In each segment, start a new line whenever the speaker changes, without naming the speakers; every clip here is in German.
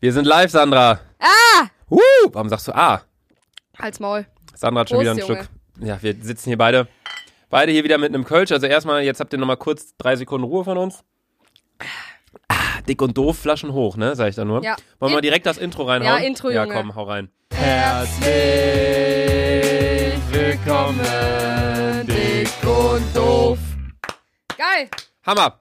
Wir sind live, Sandra.
Ah!
Uh, warum sagst du ah?
Halt's Maul.
Sandra hat schon
Prost,
wieder ein
Junge.
Stück. Ja, wir sitzen hier beide. Beide hier wieder mit einem Kölsch. Also erstmal, jetzt habt ihr nochmal kurz drei Sekunden Ruhe von uns. Ah, dick und doof, Flaschen hoch, ne? Sag ich da nur.
Ja.
Wollen wir
In-
direkt das Intro reinhauen?
Ja, Intro,
Ja,
Junge.
komm, hau rein.
Herzlich willkommen, dick und doof. Geil!
Hammer.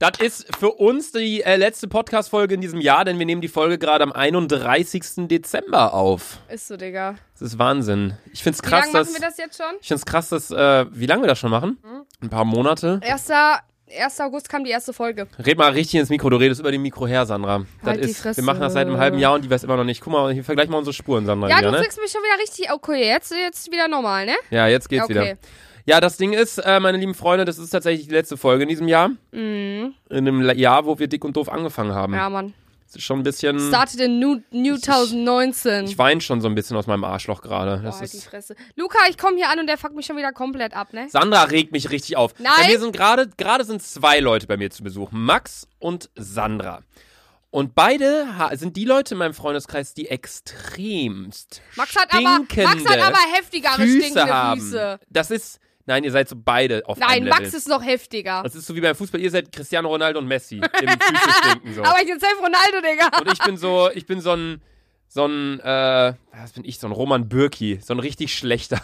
Das ist für uns die äh, letzte Podcast-Folge in diesem Jahr, denn wir nehmen die Folge gerade am 31. Dezember auf.
Ist so, Digga.
Das ist Wahnsinn. Ich find's
Wie
krass,
lange
dass.
machen wir das Hm? jetzt schon?
Ich find's krass, dass. Äh, wie lange wir das schon machen? Ein paar Monate.
1. 1. August kam die erste Folge.
Red mal richtig ins Mikro, du redest über dem Mikro her, Sandra. Das
Halt die
ist,
Fresse.
Wir machen das seit einem halben Jahr und die weiß immer noch nicht. Guck mal, hier vergleich mal unsere Spuren, Sandra.
Ja,
wieder,
du
ne?
kriegst mich schon wieder richtig. Okay, jetzt, jetzt wieder normal, ne?
ja jetzt geht's
Ja, okay.
wieder. Ja, das Ding ist, äh, meine lieben Freunde, das ist tatsächlich die letzte Folge in diesem Jahr.
Mhm.
In einem Le- Jahr, wo wir dick und doof angefangen haben.
Ja, Mann.
Das ist schon ein bisschen.
Started in New, new 2019.
Hm. Ich weine schon so ein bisschen aus meinem Arschloch gerade.
Boah,
Das
halt die
ist.
Fresse. Luca, ich komme hier an und der fuckt mich schon wieder komplett ab, ne?
Sandra regt mich richtig auf.
Nein.
Bei mir sind gerade gerade sind zwei Leute bei mir zu Besuch, Max und Sandra. Und beide ha- sind die Leute in meinem Freundeskreis, die extremst
Max hat aber, Max hat
stinkende
aber heftigere
Füße
stinkende
haben.
Füße.
Das ist nein, ihr seid so beide auf einem
Nein,
Level.
Max ist noch heftiger.
das ist so wie beim Fußball. Ihr seid Cristiano Ronaldo und Messi im Füße stinken so.
Aber ich bin safe Ronaldo, Digga.
Und ich bin so, ich bin so ein, so ein, äh, was bin ich, so ein Roman Bürki, so ein richtig schlechter.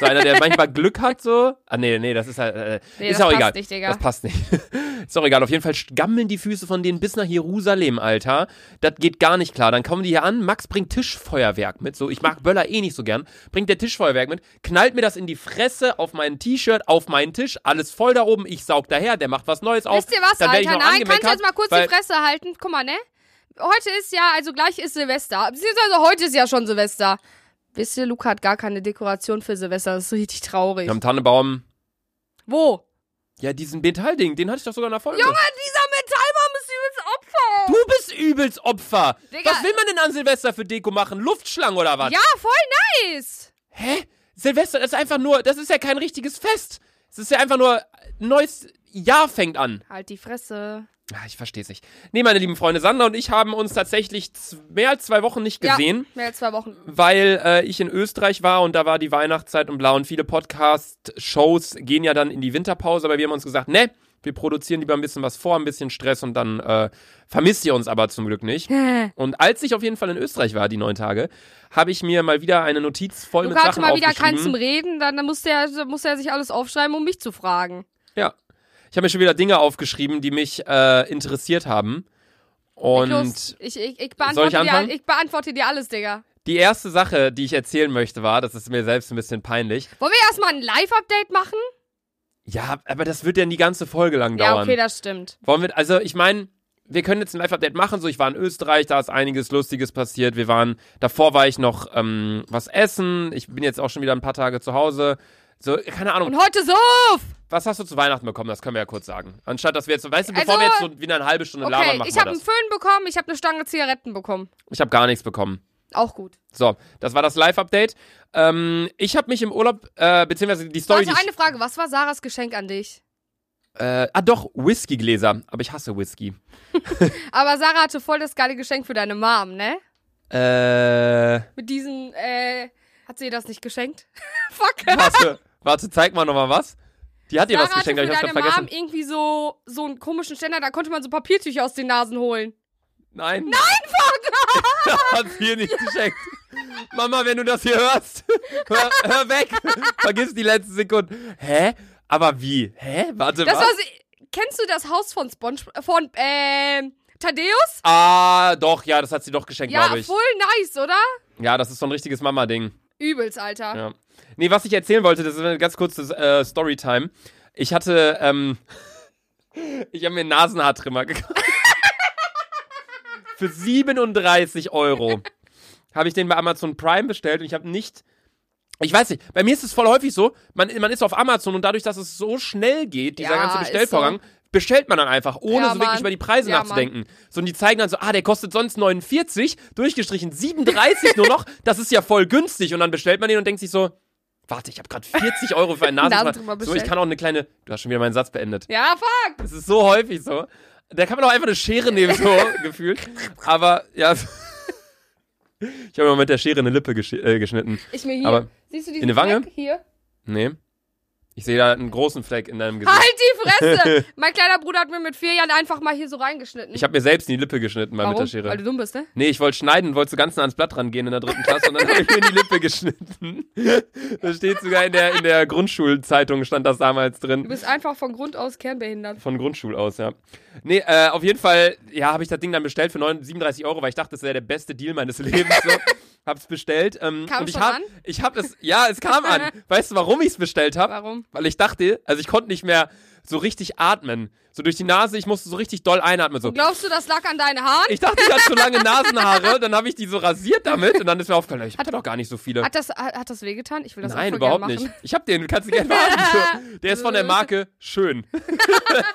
So einer, der manchmal Glück hat, so. Ah, nee, nee, das ist halt, äh,
Nee,
ist
das
auch
passt
egal.
nicht, Digga.
Das passt nicht. ist auch egal. Auf jeden Fall gammeln die Füße von denen bis nach Jerusalem, Alter. Das geht gar nicht klar. Dann kommen die hier an, Max bringt Tischfeuerwerk mit, so. Ich mag Böller eh nicht so gern. Bringt der Tischfeuerwerk mit, knallt mir das in die Fresse, auf mein T-Shirt, auf meinen Tisch, alles voll da oben, ich saug daher, der macht was Neues auf.
Wisst ihr was,
dann werd ich
Alter?
noch
Nein, kannst du
angemeckert,
jetzt mal kurz
weil-
die Fresse halten? Guck mal, ne? Heute ist ja, also gleich ist Silvester. Beziehungsweise heute ist ja schon Silvester. Wisst ihr, Luca hat gar keine Dekoration für Silvester. Das ist richtig traurig.
Wir haben Tannebaum,
Wo?
Ja, diesen Metallding, den hatte ich doch sogar in der Folge.
Junge, dieser Metallbaum ist übelst Opfer.
Du bist übelst Opfer.
Digga.
Was will man denn an Silvester für Deko machen? Luftschlangen oder was?
Ja, voll nice.
Hä? Silvester ist einfach nur, das ist ja kein richtiges Fest. Es ist ja einfach nur, ein neues Jahr fängt an.
Halt die Fresse.
Ah, ich versteh's nicht. Nee, meine lieben Freunde, Sandra und ich haben uns tatsächlich z- mehr als zwei Wochen nicht gesehen.
Ja, mehr als zwei Wochen.
weil äh, ich in Österreich war und da war die Weihnachtszeit und bla und viele Podcast-Shows gehen ja dann in die Winterpause, aber wir haben uns gesagt, ne, wir produzieren lieber ein bisschen was vor, ein bisschen Stress und dann äh, vermisst ihr uns aber zum Glück nicht. Und als ich auf jeden Fall in Österreich war, die neun Tage, habe ich mir mal wieder eine Notiz voll mit
Luca hatte
Sachen
mal wieder keinen zum
aufgeschrieben.
Reden. Dann dann musste er, dann musste er sich alles aufschreiben, um mich zu fragen.
ja. Ich habe mir schon wieder Dinge aufgeschrieben, die mich äh, interessiert haben. Und
Los, ich, ich, ich,
Soll ich
beantworte dir,
anfangen?
ich beantworte dir alles, Digga.
die erste Sache, die ich erzählen möchte, war, das ist mir selbst ein bisschen peinlich.
Wollen wir erstmal ein Live-Update machen?
Ja, aber das wird ja die ganze Folge lang
Ja,
dauern.
okay, das stimmt.
Wollen wir, also ich meine, wir können jetzt ein Live-Update machen. So, ich war in Österreich, da ist einiges Lustiges passiert. Wir waren, davor war ich noch ähm, was essen. Ich bin jetzt auch schon wieder ein paar Tage zu Hause. So, keine Ahnung.
Und heute so auf!
Was hast du zu Weihnachten bekommen? Das können wir ja kurz sagen. Anstatt, dass wir jetzt, weißt du, bevor
Also-
wir jetzt so wieder eine halbe Stunde labern,
Okay,
machen
ich
wir
habe einen
das.
Föhn bekommen, ich habe eine Stange Zigaretten bekommen.
Ich habe gar nichts bekommen.
Auch gut.
So, das war das Live-Update. Ähm, ich habe mich im Urlaub, äh, beziehungsweise die Story,
Warte,
die
eine Frage. Was war Sarahs Geschenk an dich?
ich, äh, ah doch, Whiskygläser. Aber ich hasse Whisky.
Aber Sarah hatte voll das geile Geschenk für deine Mom, ne?
Äh,
Mit diesen, äh, hat sie ihr das nicht geschenkt? Fuck.
warte, warte, zeig mal nochmal was. Die hat dir
Sarah
was geschenkt, aber
hatte
ich
für
hab's
deine
grad vergessen.
Mom irgendwie so, so einen komischen Ständer, da konnte man so Papiertücher aus den Nasen holen.
Nein. Nein, fuck! Hat dir nicht geschenkt. Mama, wenn du das hier hörst, hör, hör weg. Vergiss die letzten Sekunden. Hä? Aber wie? Hä? Warte,
Das
was?
war sie. Kennst du das Haus von Sponge, von, äh, Thaddeus?
ah, doch, ja, das hat sie doch geschenkt,
Ja,
glaube ich.
voll nice, oder?
Ja, das ist so ein richtiges Mama-Ding.
Übelst, Alter.
Ja. Nee, was ich erzählen wollte, das ist eine ganz kurze äh, Storytime. Ich hatte, ähm, ich habe mir einen Nasenhaartrimmer gekauft. Für 37 Euro habe ich den bei Amazon Prime bestellt und ich habe nicht. Ich weiß nicht, bei mir ist es voll häufig so, man, man ist auf Amazon und dadurch, dass es so schnell geht, dieser
Ja,
ganze
ist
Bestellvorgang, bestellt man dann einfach, ohne
Ja,
so wirklich
Mann.
über die Preise
Ja,
nachzudenken. So, und die zeigen dann so, ah, der kostet sonst 49, durchgestrichen 37 nur noch, das ist ja voll günstig. Und dann bestellt man den und denkt sich so, warte, ich habe gerade 40 Euro für einen
Nasentrümmer
Nasentrümmer. So,
bestellt.
ich kann auch eine kleine, du hast schon wieder meinen Satz beendet.
Ja, fuck.
Das ist so häufig so. Da kann man auch einfach eine Schere nehmen, so gefühlt. Aber ja, Ich habe mir mal mit der Schere eine Lippe gesch äh, geschnitten.
Ich mir hier.
Aber
siehst du diesen
in die Wange?
Fleck hier?
Nee. Ich sehe da einen großen Fleck in deinem Gesicht.
Halt die Fresse! mein kleiner Bruder hat mir mit vier Jahren einfach mal hier so reingeschnitten.
Ich habe mir selbst in die Lippe geschnitten mal
Warum?
mit der Schere.
Weil du dumm bist, ne?
Nee, ich wollte schneiden und wollte so ganz nah ans Blatt rangehen in der dritten Klasse und dann habe ich mir in die Lippe geschnitten. Das steht sogar in der, in der Grundschulzeitung, stand das damals
Du
drin.
bist einfach von Grund aus kernbehindert.
Von Grundschul aus, ja. Nee, äh, auf jeden Fall, ja, habe ich das Ding dann bestellt für 9, 37 Euro, weil ich dachte, das wäre der beste Deal meines Lebens. So. Hab's bestellt. Ähm,
Kam
und ich
schon
hab,
an?
Ich hab es, ja, es kam an. Weißt du, warum ich es bestellt habe?
Warum?
Weil ich dachte, also ich konnte nicht mehr so richtig atmen. So durch die Nase, ich musste so richtig doll einatmen. So.
Glaubst du, das lag an deinen Haaren?
Ich dachte, ich hatte so lange Nasenhaare, dann habe ich die so rasiert damit und dann ist mir aufgefallen, ich hatte doch gar nicht so viele.
Hat das, hat, hat das wehgetan? Ich will das auch
Nein,
voll gern
überhaupt
machen.
nicht. Ich habe den, kannst du gerne haben. So, Der ist von der Marke Schön.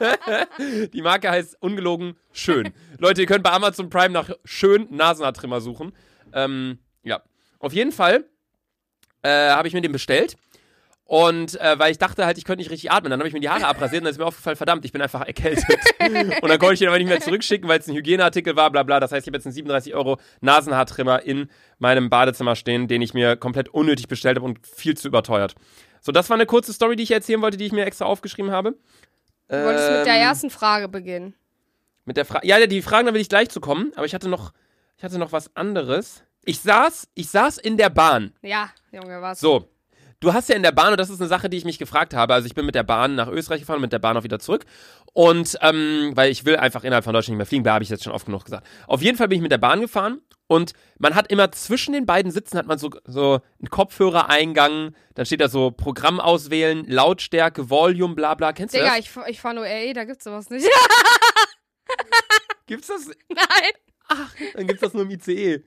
die Marke heißt ungelogen Schön. Leute, ihr könnt bei Amazon Prime nach Schön Nasenhaartrimmer suchen. Ähm, ja, auf jeden Fall äh, habe ich mir den bestellt. Und äh, weil ich dachte halt, ich könnte nicht richtig atmen. Dann habe ich mir die Haare abrasiert und dann ist mir aufgefallen, verdammt, ich bin einfach erkältet. und dann konnte ich den aber nicht mehr zurückschicken, weil es ein Hygieneartikel war, bla bla. Das heißt, ich habe jetzt einen 37 Euro Nasenhaartrimmer in meinem Badezimmer stehen, den ich mir komplett unnötig bestellt habe und viel zu überteuert. So, das war eine kurze Story, die ich erzählen wollte, die ich mir extra aufgeschrieben habe.
Du wolltest mit der
Ähm,
ersten Frage beginnen.
mit der Frage. Ja, die Fragen, da will ich gleich zu kommen, aber ich hatte noch, ich hatte noch was anderes. Ich saß, ich saß in der Bahn.
Ja, Junge, was?
So. Du hast ja in der Bahn, und das ist eine Sache, die ich mich gefragt habe. Also ich bin mit der Bahn nach Österreich gefahren und mit der Bahn auch wieder zurück. Und ähm, weil ich will einfach innerhalb von Deutschland nicht mehr fliegen, da habe ich jetzt schon oft genug gesagt. Auf jeden Fall bin ich mit der Bahn gefahren und man hat immer zwischen den beiden Sitzen hat man so, so einen Kopfhörereingang, dann steht da so Programm auswählen, Lautstärke, Volume, bla bla. Kennst du
Digga,
das?
ich, fahr- ich fahre nur RE, da gibt's sowas nicht.
Gibt's das?
Nein.
Dann gibt's das nur im ICE.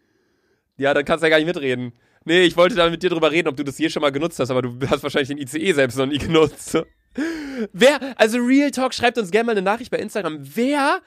Ja, dann kannst du ja gar nicht mitreden. Nee, ich wollte da mit dir drüber reden, ob du das je schon mal genutzt hast, aber du hast wahrscheinlich den ICE selbst noch nie genutzt. Wer, also Real Talk, schreibt uns gerne mal eine Nachricht bei Instagram. Wer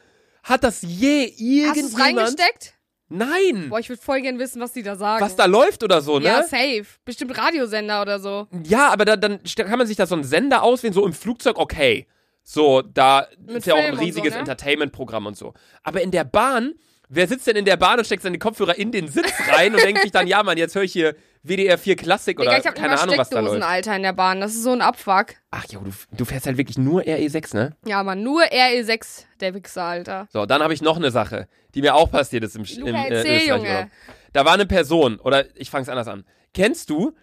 hat das je
Hast du's
irgendjemand?
reingesteckt?
Nein!
Boah, ich würde voll gern wissen, was die da sagen.
Hm. Was da läuft oder so,
Ja,
ne?
safe. Bestimmt Radiosender oder so.
Ja, aber da, dann st- kann man sich da so einen Sender auswählen, so im Flugzeug, okay. So, da
Mit
ist ja auch ein
Film und so,
riesiges
ne?
Entertainment-Programm und so. Aber in der Bahn, wer sitzt denn in der Bahn und steckt seine Kopfhörer in den Sitz rein und denkt sich dann, ja, Mann, jetzt höre ich hier WDR 4 Klassik oder
Digga, ich hab
keine
immer
Ahnung, was da
Steckdosen,
läuft.
Alter, in der Bahn. Das ist so ein Abfuck.
Ach jo, du, f- du fährst halt wirklich nur RE6, ne?
Ja, Mann, nur RE6, der Wichser, Alter.
So, dann habe ich noch eine Sache, die mir auch passiert ist im, Sch-
Luca,
im äh,
erzähl,
Österreich-Urlaub.
Junge.
Da war eine Person, oder ich fange es anders an. Kennst du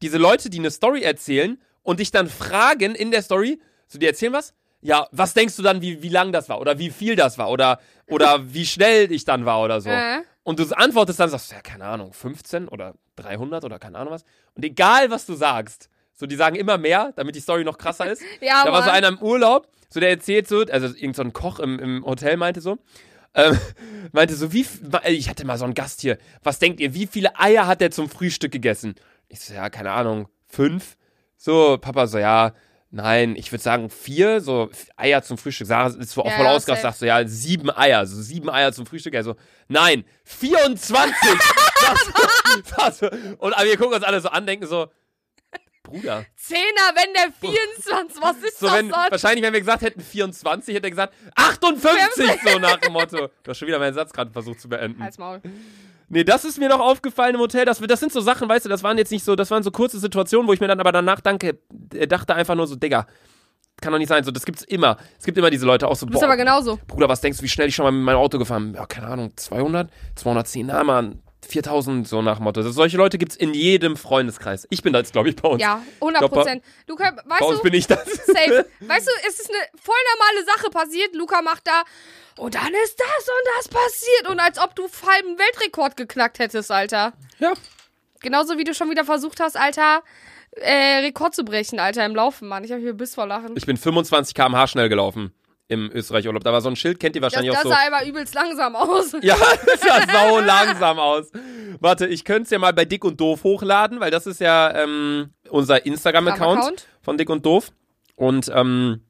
diese Leute, die eine Story erzählen und dich dann fragen in der Story, so die erzählen was? Ja, was denkst du dann, wie, wie lang das war oder wie viel das war oder, oder wie schnell ich dann war oder so?
Äh?
Und du antwortest dann, sagst, ja, keine Ahnung, 15 oder 300 oder keine Ahnung was. Und egal, was du sagst, so die sagen immer mehr, damit die Story noch krasser ist.
Ja,
Da war
Mann.
so einer im Urlaub, so der erzählt so, also irgend so ein Koch im, im Hotel meinte so, ähm, meinte so, wie, f- wa- ich hatte mal so einen Gast hier, was denkt ihr, wie viele Eier hat der zum Frühstück gegessen? Ich so, ja, keine Ahnung, fünf? So, Papa so, ja, nein, ich würde sagen vier, so f- Eier zum Frühstück. Sarah ist so auch
Ja,
voll
ja,
ausgerastet,
safe.
sagt so, ja, sieben Eier, so sieben Eier zum Frühstück. Er so, nein, 24! das, das, und aber wir gucken uns alle so an, denken so, Bruder.
Zehner, wenn der 24, was ist
So,
das
wenn,
sonst?
wahrscheinlich, wenn wir gesagt hätten 24, hätte er gesagt 58, so nach dem Motto. Du hast schon wieder meinen Satz gerade versucht zu beenden.
Halt's Maul.
Nee, das ist mir noch aufgefallen im Hotel. Das, das sind so Sachen, weißt du, das waren jetzt nicht so, das waren so kurze Situationen, wo ich mir dann aber danach danke, äh, dachte einfach nur so, Digga, kann doch nicht sein. So, das gibt's immer. Es gibt immer diese Leute, auch so,
Du bist aber genau- genauso.
Bruder, was denkst du, wie schnell ich schon mal mit meinem Auto gefahren bin? Ja, keine Ahnung, 200, 210, na Mann, 4000, so nach dem Motto. Also Solche Leute gibt's in jedem Freundeskreis. Ich bin da jetzt, glaube ich, bei uns.
Ja, 100 Prozent. Luca,
Bei
weißt
uns
du,
bin ich das.
Safe. Weißt du, es ist eine voll normale Sache passiert. Luca macht da und dann ist das und das passiert. Und als ob du halben Weltrekord geknackt hättest, Alter.
Ja.
Genauso wie du schon wieder versucht hast, Alter, äh, Rekord zu brechen, Alter, im Laufen, Mann. Ich habe hier Biss vor Lachen.
Ich bin 25 km/h schnell gelaufen im Österreich-Urlaub. Da war so ein Schild, kennt ihr
das
wahrscheinlich
das
auch so.
sah immer übelst langsam aus.
Ja, das sah sau langsam aus. Warte, ich könnte es ja mal bei Dick und Doof hochladen, weil das ist ja ähm, unser Instagram-Account
Account.
von Dick und Doof. Und ähm,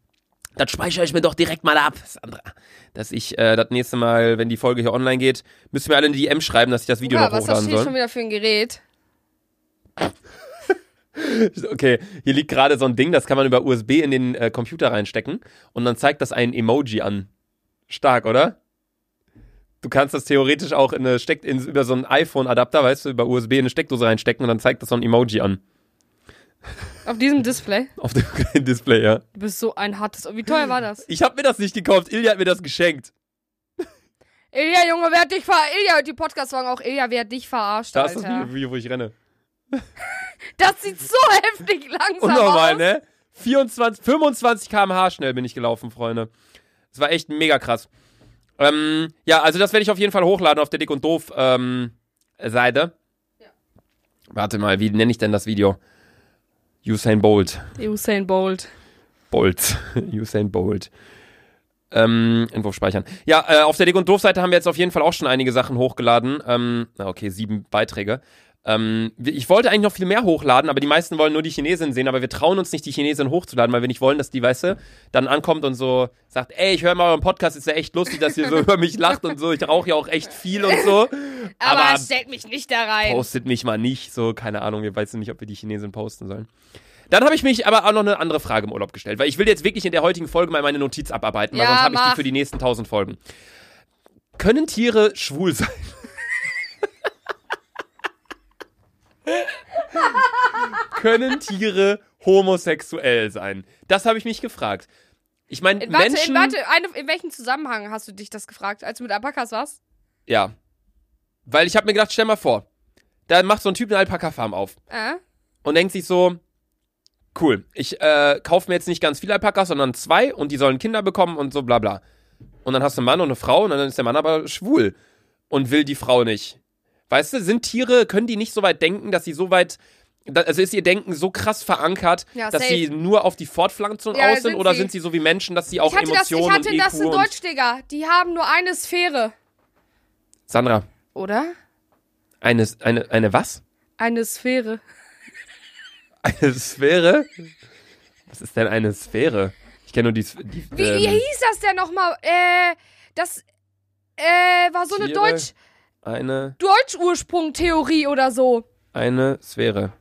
das speichere ich mir doch direkt mal ab, Sandra. Dass ich äh, das nächste Mal, wenn die Folge hier online geht, müsst ihr mir alle in die DM schreiben, dass ich das Video
Luca,
noch
was das
hochladen
steht
soll.
schon wieder für ein Gerät?
Okay, hier liegt gerade so ein Ding, das kann man über USB in den äh, Computer reinstecken und dann zeigt das ein Emoji an. Stark, oder? Du kannst das theoretisch auch in eine Steck in, über so einen iPhone-Adapter, weißt du, über USB in eine Steckdose reinstecken und dann zeigt das so ein Emoji an.
Auf diesem Display.
Auf dem kleinen Display, ja.
Du bist so ein hartes. Wie teuer war das?
Ich habe mir das nicht gekauft, Ilja hat mir das geschenkt.
Ilja, Junge, wer hat dich verarscht? Ilja, und die Podcasts waren auch Ilja, wer hat dich verarscht,
Da ist das
Alter.
Video, wo ich renne.
Das sieht so heftig langsam
Unnormal,
aus.
ne? 24, 25 km/h schnell bin ich gelaufen, Freunde. Das war echt mega krass. Ähm, ja, also das werde ich auf jeden Fall hochladen auf der Dick und Doof ähm, Seite. Warte mal, wie nenne ich denn das Video? Usain Bolt.
Usain Bolt.
Bolt. Usain Bolt. Ähm, Entwurf speichern. Ja, äh, auf der Dick und Doof Seite haben wir jetzt auf jeden Fall auch schon einige Sachen hochgeladen. Ähm, na okay, sieben Beiträge. Ähm, wir- ich wollte eigentlich noch viel mehr hochladen, aber die meisten wollen nur die Chinesin sehen, aber wir trauen uns nicht, die Chinesin hochzuladen, weil wir nicht wollen, dass die, weißt du, dann ankommt und so sagt, ey, ich höre mal euren Podcast, ist ja echt lustig, dass ihr so über mich lacht und so, ich rauche ja auch echt viel und so.
Aber,
Aber-
stellt mich nicht da rein.
Postet mich mal nicht, so, keine Ahnung, wir wissen nicht, ob wir die Chinesin posten sollen. Dann habe ich mich aber auch noch eine andere Frage im Urlaub gestellt, weil ich will jetzt wirklich in der heutigen Folge mal meine Notiz abarbeiten, weil sonst
Ja,
habe ich die
mach.
für die nächsten tausend Folgen. Können Tiere schwul sein? Können Tiere homosexuell sein? Das habe ich mich gefragt. Ich meine,
In, warte,
Menschen.
in, warte eine, in welchem Zusammenhang hast du dich das gefragt, als du mit Alpakas warst?
Ja. Weil ich habe mir gedacht, stell mal vor, da macht so ein Typ eine Alpaka-Farm auf.
Äh?
und denkt sich so, cool, ich äh, kaufe mir jetzt nicht ganz viele Alpakas, sondern zwei und die sollen Kinder bekommen und so bla bla. Und dann hast du einen Mann und eine Frau und dann ist der Mann aber schwul und will die Frau nicht. Weißt du, sind Tiere, können die nicht so weit denken, dass sie so weit, da- also ist ihr Denken so krass verankert,
Ja,
dass
safe.
sie nur auf die Fortpflanzung
Ja,
aus sind,
sind
oder
sie.
sind sie so wie Menschen, dass sie auch
Ich hatte das, ich
Emotionen
hatte
und
das
EQ
in
und
Deutsch, Digga. Die haben nur eine Sphäre.
Sandra,
Oder?
eine, eine, eine was?
Eine Sphäre.
Eine Sphäre? Was ist denn eine Sphäre? Ich kenne nur die, Sp- die ähm,
Wie, wie hieß das denn nochmal? Äh, das äh, war so eine
Tiere.
Deutsch,
eine
Deutsch-Ursprung-Theorie oder so.
Eine Sphäre.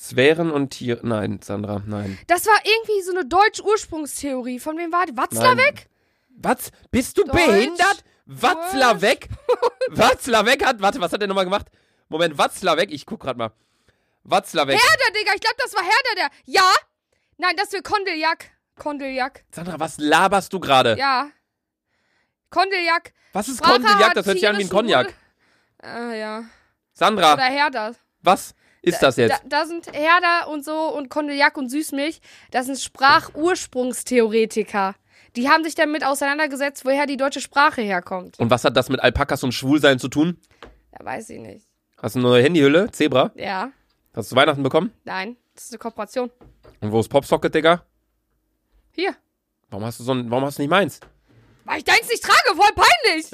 Sphären und Tiere. Nein, Sandra, nein.
Das war irgendwie so eine Deutsch-Ursprungstheorie. Von wem war die? Watzlawick?
Was? Bist du
Deutsch.
behindert? Watzlawick? Watzlawick hat. Warte, was hat er nochmal gemacht? Moment, Watzlawick. Ich guck grad mal. Watzlawick.
Herder, Ah, Digga. Ich glaube, das war Herder, der. Ja? Nein, das will Kondeljak. Kondeljak.
Sandra, was laberst du gerade?
Ja. Kondeljak.
Was ist
Sprache
Konjak?
hat
Äh. Das hört sich an wie ein
tierischen
Konjak.
Ah, ja. Oder
Sandra,
Herder.
was ist das
Da,
jetzt?
da sind Herder und so und Kondeljak und Süßmilch, das sind Sprachursprungstheoretiker. Die haben sich damit auseinandergesetzt, woher die deutsche Sprache herkommt.
Und was hat das mit Alpakas und Schwulsein zu tun?
Da weiß ich nicht.
Hast du eine neue Handyhülle? Zebra?
Ja,
Hast du zu Weihnachten bekommen?
nein, das ist eine Kooperation.
Und wo ist Popsocket, Digga?
Hier.
Warum hast du so ein. Warum hast du nicht meins?
Weil ich deins nicht trage, voll peinlich.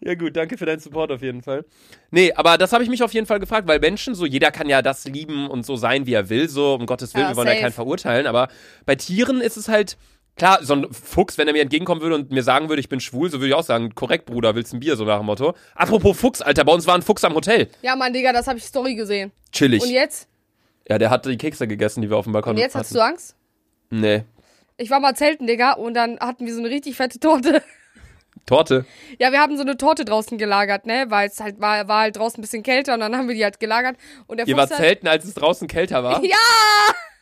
Ja gut, danke für deinen Support auf jeden Fall. Nee, aber das habe ich mich auf jeden Fall gefragt, weil Menschen, so jeder kann ja das lieben und so sein, wie er will, so um Gottes Willen,
Ja,
wir wollen ja
safe.
keinen verurteilen, aber bei Tieren ist es halt, klar, so ein Fuchs, wenn er mir entgegenkommen würde und mir sagen würde, ich bin schwul, so würde ich auch sagen, korrekt, Bruder, willst du ein Bier, so nach dem Motto. Apropos Fuchs, Alter, bei uns war ein Fuchs am Hotel.
ja, Mann, Digga, das habe ich Story gesehen. Und
Chillig.
jetzt?
Ja, der hatte die Kekse gegessen, die wir auf dem Balkon
Und jetzt hast
hatten.
du Angst?
Nee,
Ich war mal zelten, Digga, und dann hatten wir so eine richtig fette Torte.
Torte.
Ja, wir haben so eine Torte draußen gelagert, ne? Weil es halt war, war halt draußen ein bisschen kälter und dann haben wir die halt gelagert. Und der
Ihr
Fuchs
wart
hat-
zelten, als es draußen kälter war?
Ja!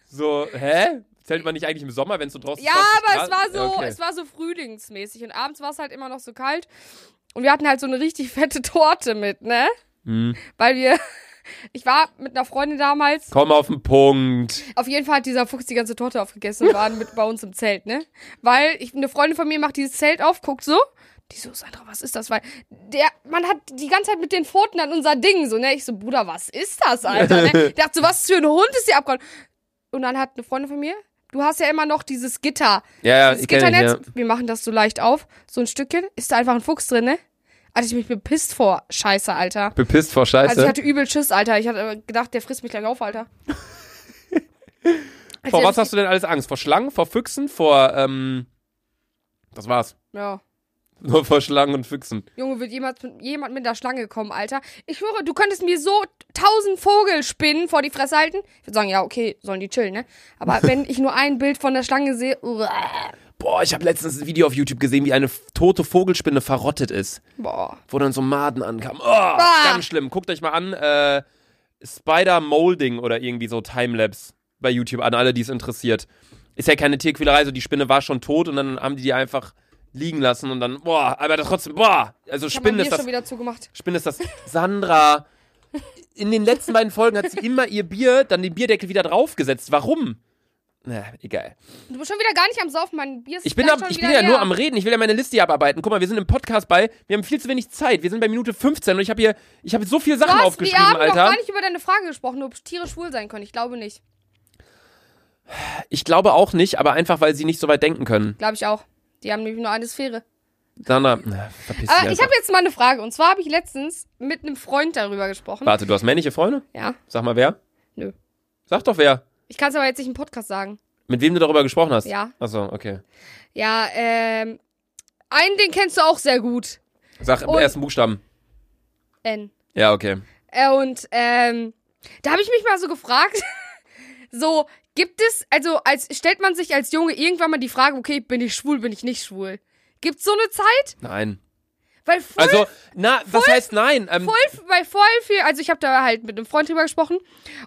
So, hä? Zählt man nicht eigentlich im Sommer, wenn es so draußen
Ja,
20
aber es war
Grad-
so,
Okay.
es war so frühlingsmäßig und abends war es halt immer noch so kalt und wir hatten halt so eine richtig fette Torte mit, ne?
Mhm.
Weil wir ich war mit einer Freundin damals,
Komm auf den Punkt.
auf jeden Fall hat dieser Fuchs die ganze Torte aufgegessen und war mit bei uns im Zelt, ne? Weil ich eine Freundin von mir macht dieses Zelt auf, guckt so die so, Sandra, was ist das? Weil der, man hat die ganze Zeit mit den Pfoten an unser Ding so, ne? Ich so, Bruder, was ist das, Alter? Ne? Ich dachte so, was für ein Hund ist hier abgehauen? Und dann hat eine Freundin von mir, du hast ja immer noch dieses Gitter,
Ja, ja,
das
ich kenne
Gitternetz,
ja.
wir machen das so leicht auf, so ein Stückchen, ist da einfach ein Fuchs drin, ne? Alter, ich hab mich bepisst vor. Scheiße, Alter.
Bepisst vor
Also ich
Scheiße.
hatte übel Schiss, Alter. Ich hatte äh, gedacht, der frisst mich gleich auf, Alter.
vor was hast du denn alles Angst? Vor Schlangen, vor Füchsen, vor, ähm, das war's.
Ja.
Nur vor Schlangen und Füchsen.
Junge, wird jemand mit, jemand mit der Schlange kommen, Alter. Ich höre, du könntest mir so tausend Vogelspinnen vor die Fresse halten. Ich würde sagen, ja, okay, sollen die chillen, ne? Aber wenn ich nur ein Bild von der Schlange sehe, uah.
Boah, ich habe letztens ein Video auf YouTube gesehen, wie eine f- tote Vogelspinne verrottet ist,
Boah.
wo dann so Maden ankamen. Oh,
Ah!
ganz schlimm. Guckt euch mal an, äh, Spider Molding oder irgendwie so Timelapse bei YouTube an, alle, die es interessiert. Ist ja keine Tierquälerei, so die Spinne war schon tot und dann haben die die einfach liegen lassen und dann, boah, aber das trotzdem, boah. Also
Ich habe
Spinnen
mir
ist das
schon wieder zugemacht.
Spinne ist das. Sandra. In den letzten beiden Folgen hat sie immer ihr Bier, dann den Bierdeckel wieder draufgesetzt. Warum? Na, egal.
Du bist schon wieder gar nicht am Saufen, mein Bier ist
Ich bin,
gleich
ab,
schon
ich
wieder
bin ja
leer.
nur am Reden. Ich will ja meine Liste hier abarbeiten. Guck mal, wir sind im Podcast bei. Wir haben viel zu wenig Zeit. Wir sind bei Minute 15 und ich habe hier, ich habe so viele Sachen
Was? Wir
aufgeschrieben,
haben noch
Alter.
gar nicht über deine Frage gesprochen, ob Tiere schwul sein können. Ich glaube nicht.
Ich glaube auch nicht, aber einfach, weil sie nicht so weit denken können.
Glaube ich auch. Die haben nämlich nur eine Sphäre.
Sandra, na, verpiss dich.
Aber Äh, ich
einfach.
habe jetzt mal eine Frage. Und zwar habe ich letztens mit einem Freund darüber gesprochen.
Warte, du hast männliche Freunde?
Ja.
Sag mal wer?
Nö.
Sag doch wer.
Ich kann es aber jetzt nicht im Podcast sagen.
Mit wem du darüber gesprochen hast?
Ja.
Achso, okay.
Ja, ähm. Einen, den kennst du auch sehr gut.
Sag im
Und-
ersten Buchstaben.
N.
Ja, okay.
Äh, und ähm, da habe ich mich mal so gefragt, so gibt es, also als stellt man sich als Junge irgendwann mal die Frage, okay, bin ich schwul, bin ich nicht schwul? Gibt's so eine Zeit?
Nein.
Weil voll,
Also, na, was heißt nein? Ähm,
voll, weil voll viel, also ich habe da halt mit einem Freund drüber gesprochen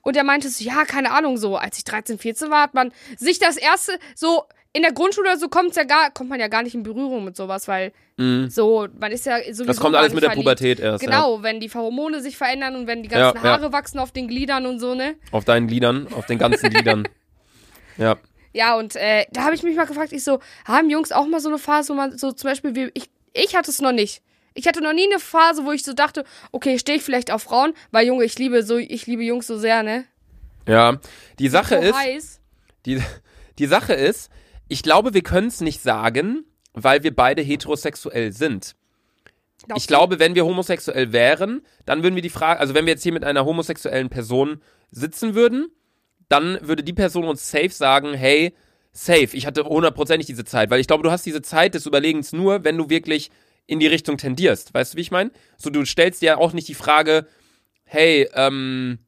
und der meinte so, ja, keine Ahnung, so als ich 13, 14 war, hat man sich das erste, so in der Grundschule oder so kommt's ja gar, kommt man ja gar nicht in Berührung mit sowas, weil
Mhm.
so, man ist ja sowieso
das kommt
gar
alles
nicht
mit der
verliebt.
Pubertät erst.
Genau, wenn die Hormone sich verändern und wenn die ganzen
Ja, ja.
Haare wachsen auf den Gliedern und so, ne?
Ja. Auf deinen Gliedern, auf den ganzen Gliedern. Ja.
Ja, und äh, da habe ich mich mal gefragt, ich so, haben Jungs auch mal so eine Phase, wo man so zum Beispiel, wie ich, ich hatte es noch nicht. Ich hatte noch nie eine Phase, wo ich so dachte, okay, stehe ich vielleicht auf Frauen, weil Junge, ich liebe so, ich liebe Jungs so sehr, ne?
Ja. Die Sache
so
ist,
heiß.
die, die Sache ist, ich glaube, wir können es nicht sagen, weil wir beide heterosexuell sind.
Glaubst
Ich
du?
glaube, wenn wir homosexuell wären, dann würden wir die Frage, also wenn wir jetzt hier mit einer homosexuellen Person sitzen würden, dann würde die Person uns safe sagen, hey, safe, ich hatte hundertprozentig diese Zeit, weil ich glaube, du hast diese Zeit des Überlegens nur, wenn du wirklich in die Richtung tendierst. Weißt du, wie ich meine? So, du stellst dir auch nicht die Frage, hey, ähm,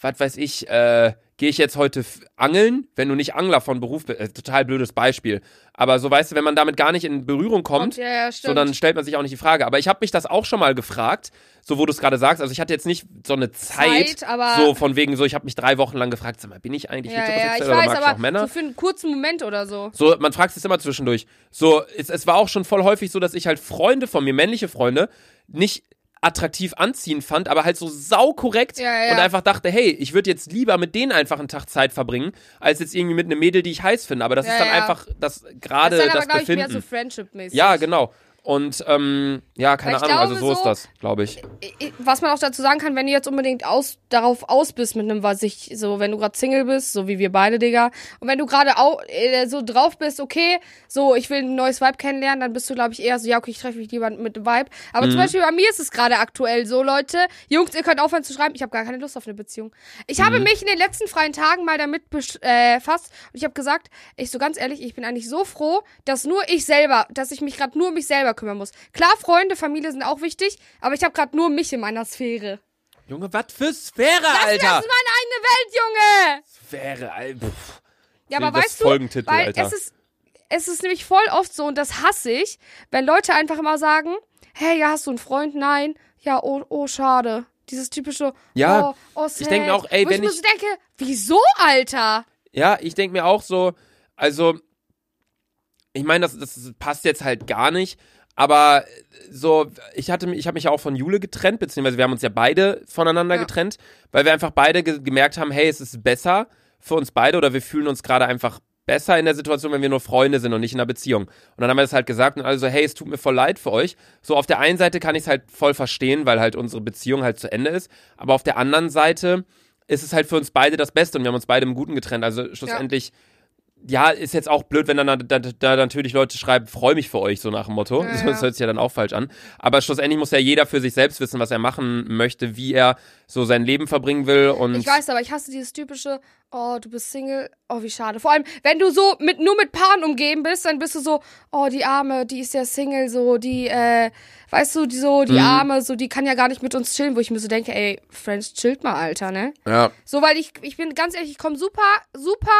was weiß ich, äh, gehe ich jetzt heute f- angeln, wenn du nicht Angler von Beruf bist? Äh, total blödes Beispiel. Aber so, weißt du, wenn man damit gar nicht in Berührung kommt,
ja, ja,
so,
stimmt.
dann stellt man sich auch nicht die Frage. Aber ich habe mich das auch schon mal gefragt, so wo du es gerade sagst. Also ich hatte jetzt nicht so eine Zeit,
Zeit, aber-
so von wegen so, ich habe mich drei Wochen lang gefragt, sag mal, bin ich eigentlich
ja, ja,
heterosexuell
ich
oder
weiß,
mag ich auch
aber
Männer?
so für einen kurzen Moment oder so.
So, man fragt es immer zwischendurch. So, es, es war auch schon voll häufig so, dass ich halt Freunde von mir, männliche Freunde, nicht attraktiv anziehen fand, aber halt so saukorrekt
Ja, ja, ja.
und einfach dachte, hey, ich würde jetzt lieber mit denen einfach einen Tag Zeit verbringen, als jetzt irgendwie mit einem Mädel, die ich heiß finde. Aber das
Ja,
ist dann
ja.
einfach das
Das
gerade
ist dann
das,
aber, glaube ich,
Befinden.
mehr so Friendship-mäßig.
Ja, genau. Und ähm, ja, keine
Weil ich
Ahnung, also so
glaube,
ist
so-
das, glaube ich.
äh, was man auch dazu sagen kann, wenn du jetzt unbedingt aus, darauf aus bist mit einem, was ich, so, wenn du gerade Single bist, so wie wir beide, Digga, und wenn du gerade au- äh, so drauf bist, okay, so, ich will ein neues Vibe kennenlernen, dann bist du, glaube ich, eher so, ja, okay, ich treffe mich lieber mit einem Vibe. Aber zum Beispiel bei mir ist es gerade aktuell so, Leute, Jungs, ihr könnt aufhören zu schreiben, ich habe gar keine Lust auf eine Beziehung. Ich habe mich in den letzten freien Tagen mal damit besch- äh, befasst und ich habe gesagt, ich so ganz ehrlich, ich bin eigentlich so froh, dass nur ich selber, dass ich mich gerade nur um mich selber kümmern muss. Klar, Freunde, Familie sind auch wichtig, aber ich habe gerade nur mich in meiner Sphäre.
Junge, was für Sphäre,
Das
Alter!
ist meine eigene Welt, Junge!
Sphäre, Alter. Pff.
Ja,
Nee,
aber
das
weißt du,
Folgentitel,
weil
Alter.
es ist es ist nämlich voll oft so und das hasse ich, wenn Leute einfach immer sagen, hey, ja, hast du einen Freund? Nein. Ja, oh, oh schade. Dieses typische
Ja,
oh, oh, sad.
ich denk mir auch, ey,
Wo
wenn
ich mir
ich-
so denke, wieso, Alter?
Ja, ich denke mir auch so, also, ich meine, das, das passt jetzt halt gar nicht, aber so, ich hatte mich- ich habe mich ja auch von Jule getrennt, beziehungsweise wir haben uns ja beide voneinander
Ja.
getrennt, weil wir einfach beide ge gemerkt haben, hey, es ist besser für uns beide oder wir fühlen uns gerade einfach besser in der Situation, wenn wir nur Freunde sind und nicht in einer Beziehung. Und dann haben wir das halt gesagt und alle so, hey, es tut mir voll leid für euch. So auf der einen Seite kann ich es halt voll verstehen, weil halt unsere Beziehung halt zu Ende ist, aber auf der anderen Seite ist es halt für uns beide das Beste und wir haben uns beide im Guten getrennt. Also schlussendlich ja, ist jetzt auch blöd, wenn dann da, da, da natürlich Leute schreiben, freue mich für euch, so nach dem Motto.
Ja, ja.
Das hört sich ja dann auch falsch an. Aber schlussendlich muss ja jeder für sich selbst wissen, was er machen möchte, wie er so sein Leben verbringen will. Und
Ich weiß, aber ich hasse dieses typische, oh, du bist Single, Oh, wie schade. Vor allem, wenn du so mit nur mit Paaren umgeben bist, dann bist du so, oh, die Arme, die ist ja Single, so, die, äh, weißt du, die so, die
Hm.
Arme, so, die kann ja gar nicht mit uns chillen, wo ich mir so denke, ey, Friends, chillt mal, Alter, ne?
Ja.
So, weil ich, ich bin ganz ehrlich, ich komme super, super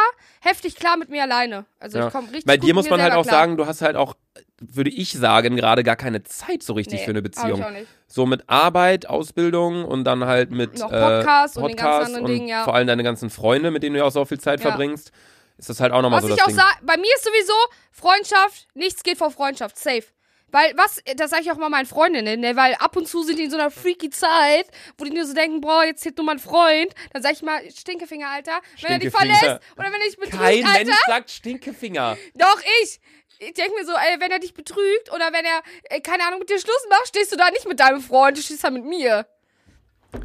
heftig klar mit mir alleine. Also
ja.
ich komme richtig
Bei
gut
dir
mit
muss
mir
man halt
selber
auch
klar.
sagen, du hast halt auch, würde ich sagen, gerade gar keine Zeit so richtig
Nee,
für eine
hab ich
Beziehung.
auch nicht.
So mit Arbeit, Ausbildung und dann halt mit
Noch Podcast
äh,
und den ganzen
Podcast
anderen
und
Dingen, ja.
vor allem deine ganzen Freunde, mit denen du ja auch so viel Zeit
Ja.
verbringst, ist das halt auch nochmal
Was
so
ich
das
auch
Ding.
sage, bei mir ist sowieso Freundschaft, nichts geht vor Freundschaft, safe. Weil was, das sage ich auch mal meinen Freundinnen, ne? weil ab und zu sind die in so einer freaky Zeit, wo die nur so denken, boah, jetzt zählt nur mein Freund. Dann sage ich mal, Stinkefinger, Alter. Wenn er dich
Stinkefinger.
verlässt oder wenn er dich betrügt,
Kein
Alter.
Mensch sagt Stinkefinger.
Doch ich. Ich denke mir so, ey, wenn er dich betrügt oder wenn er, äh, keine Ahnung, mit dir Schluss macht, stehst du da nicht mit deinem Freund, du stehst da mit mir.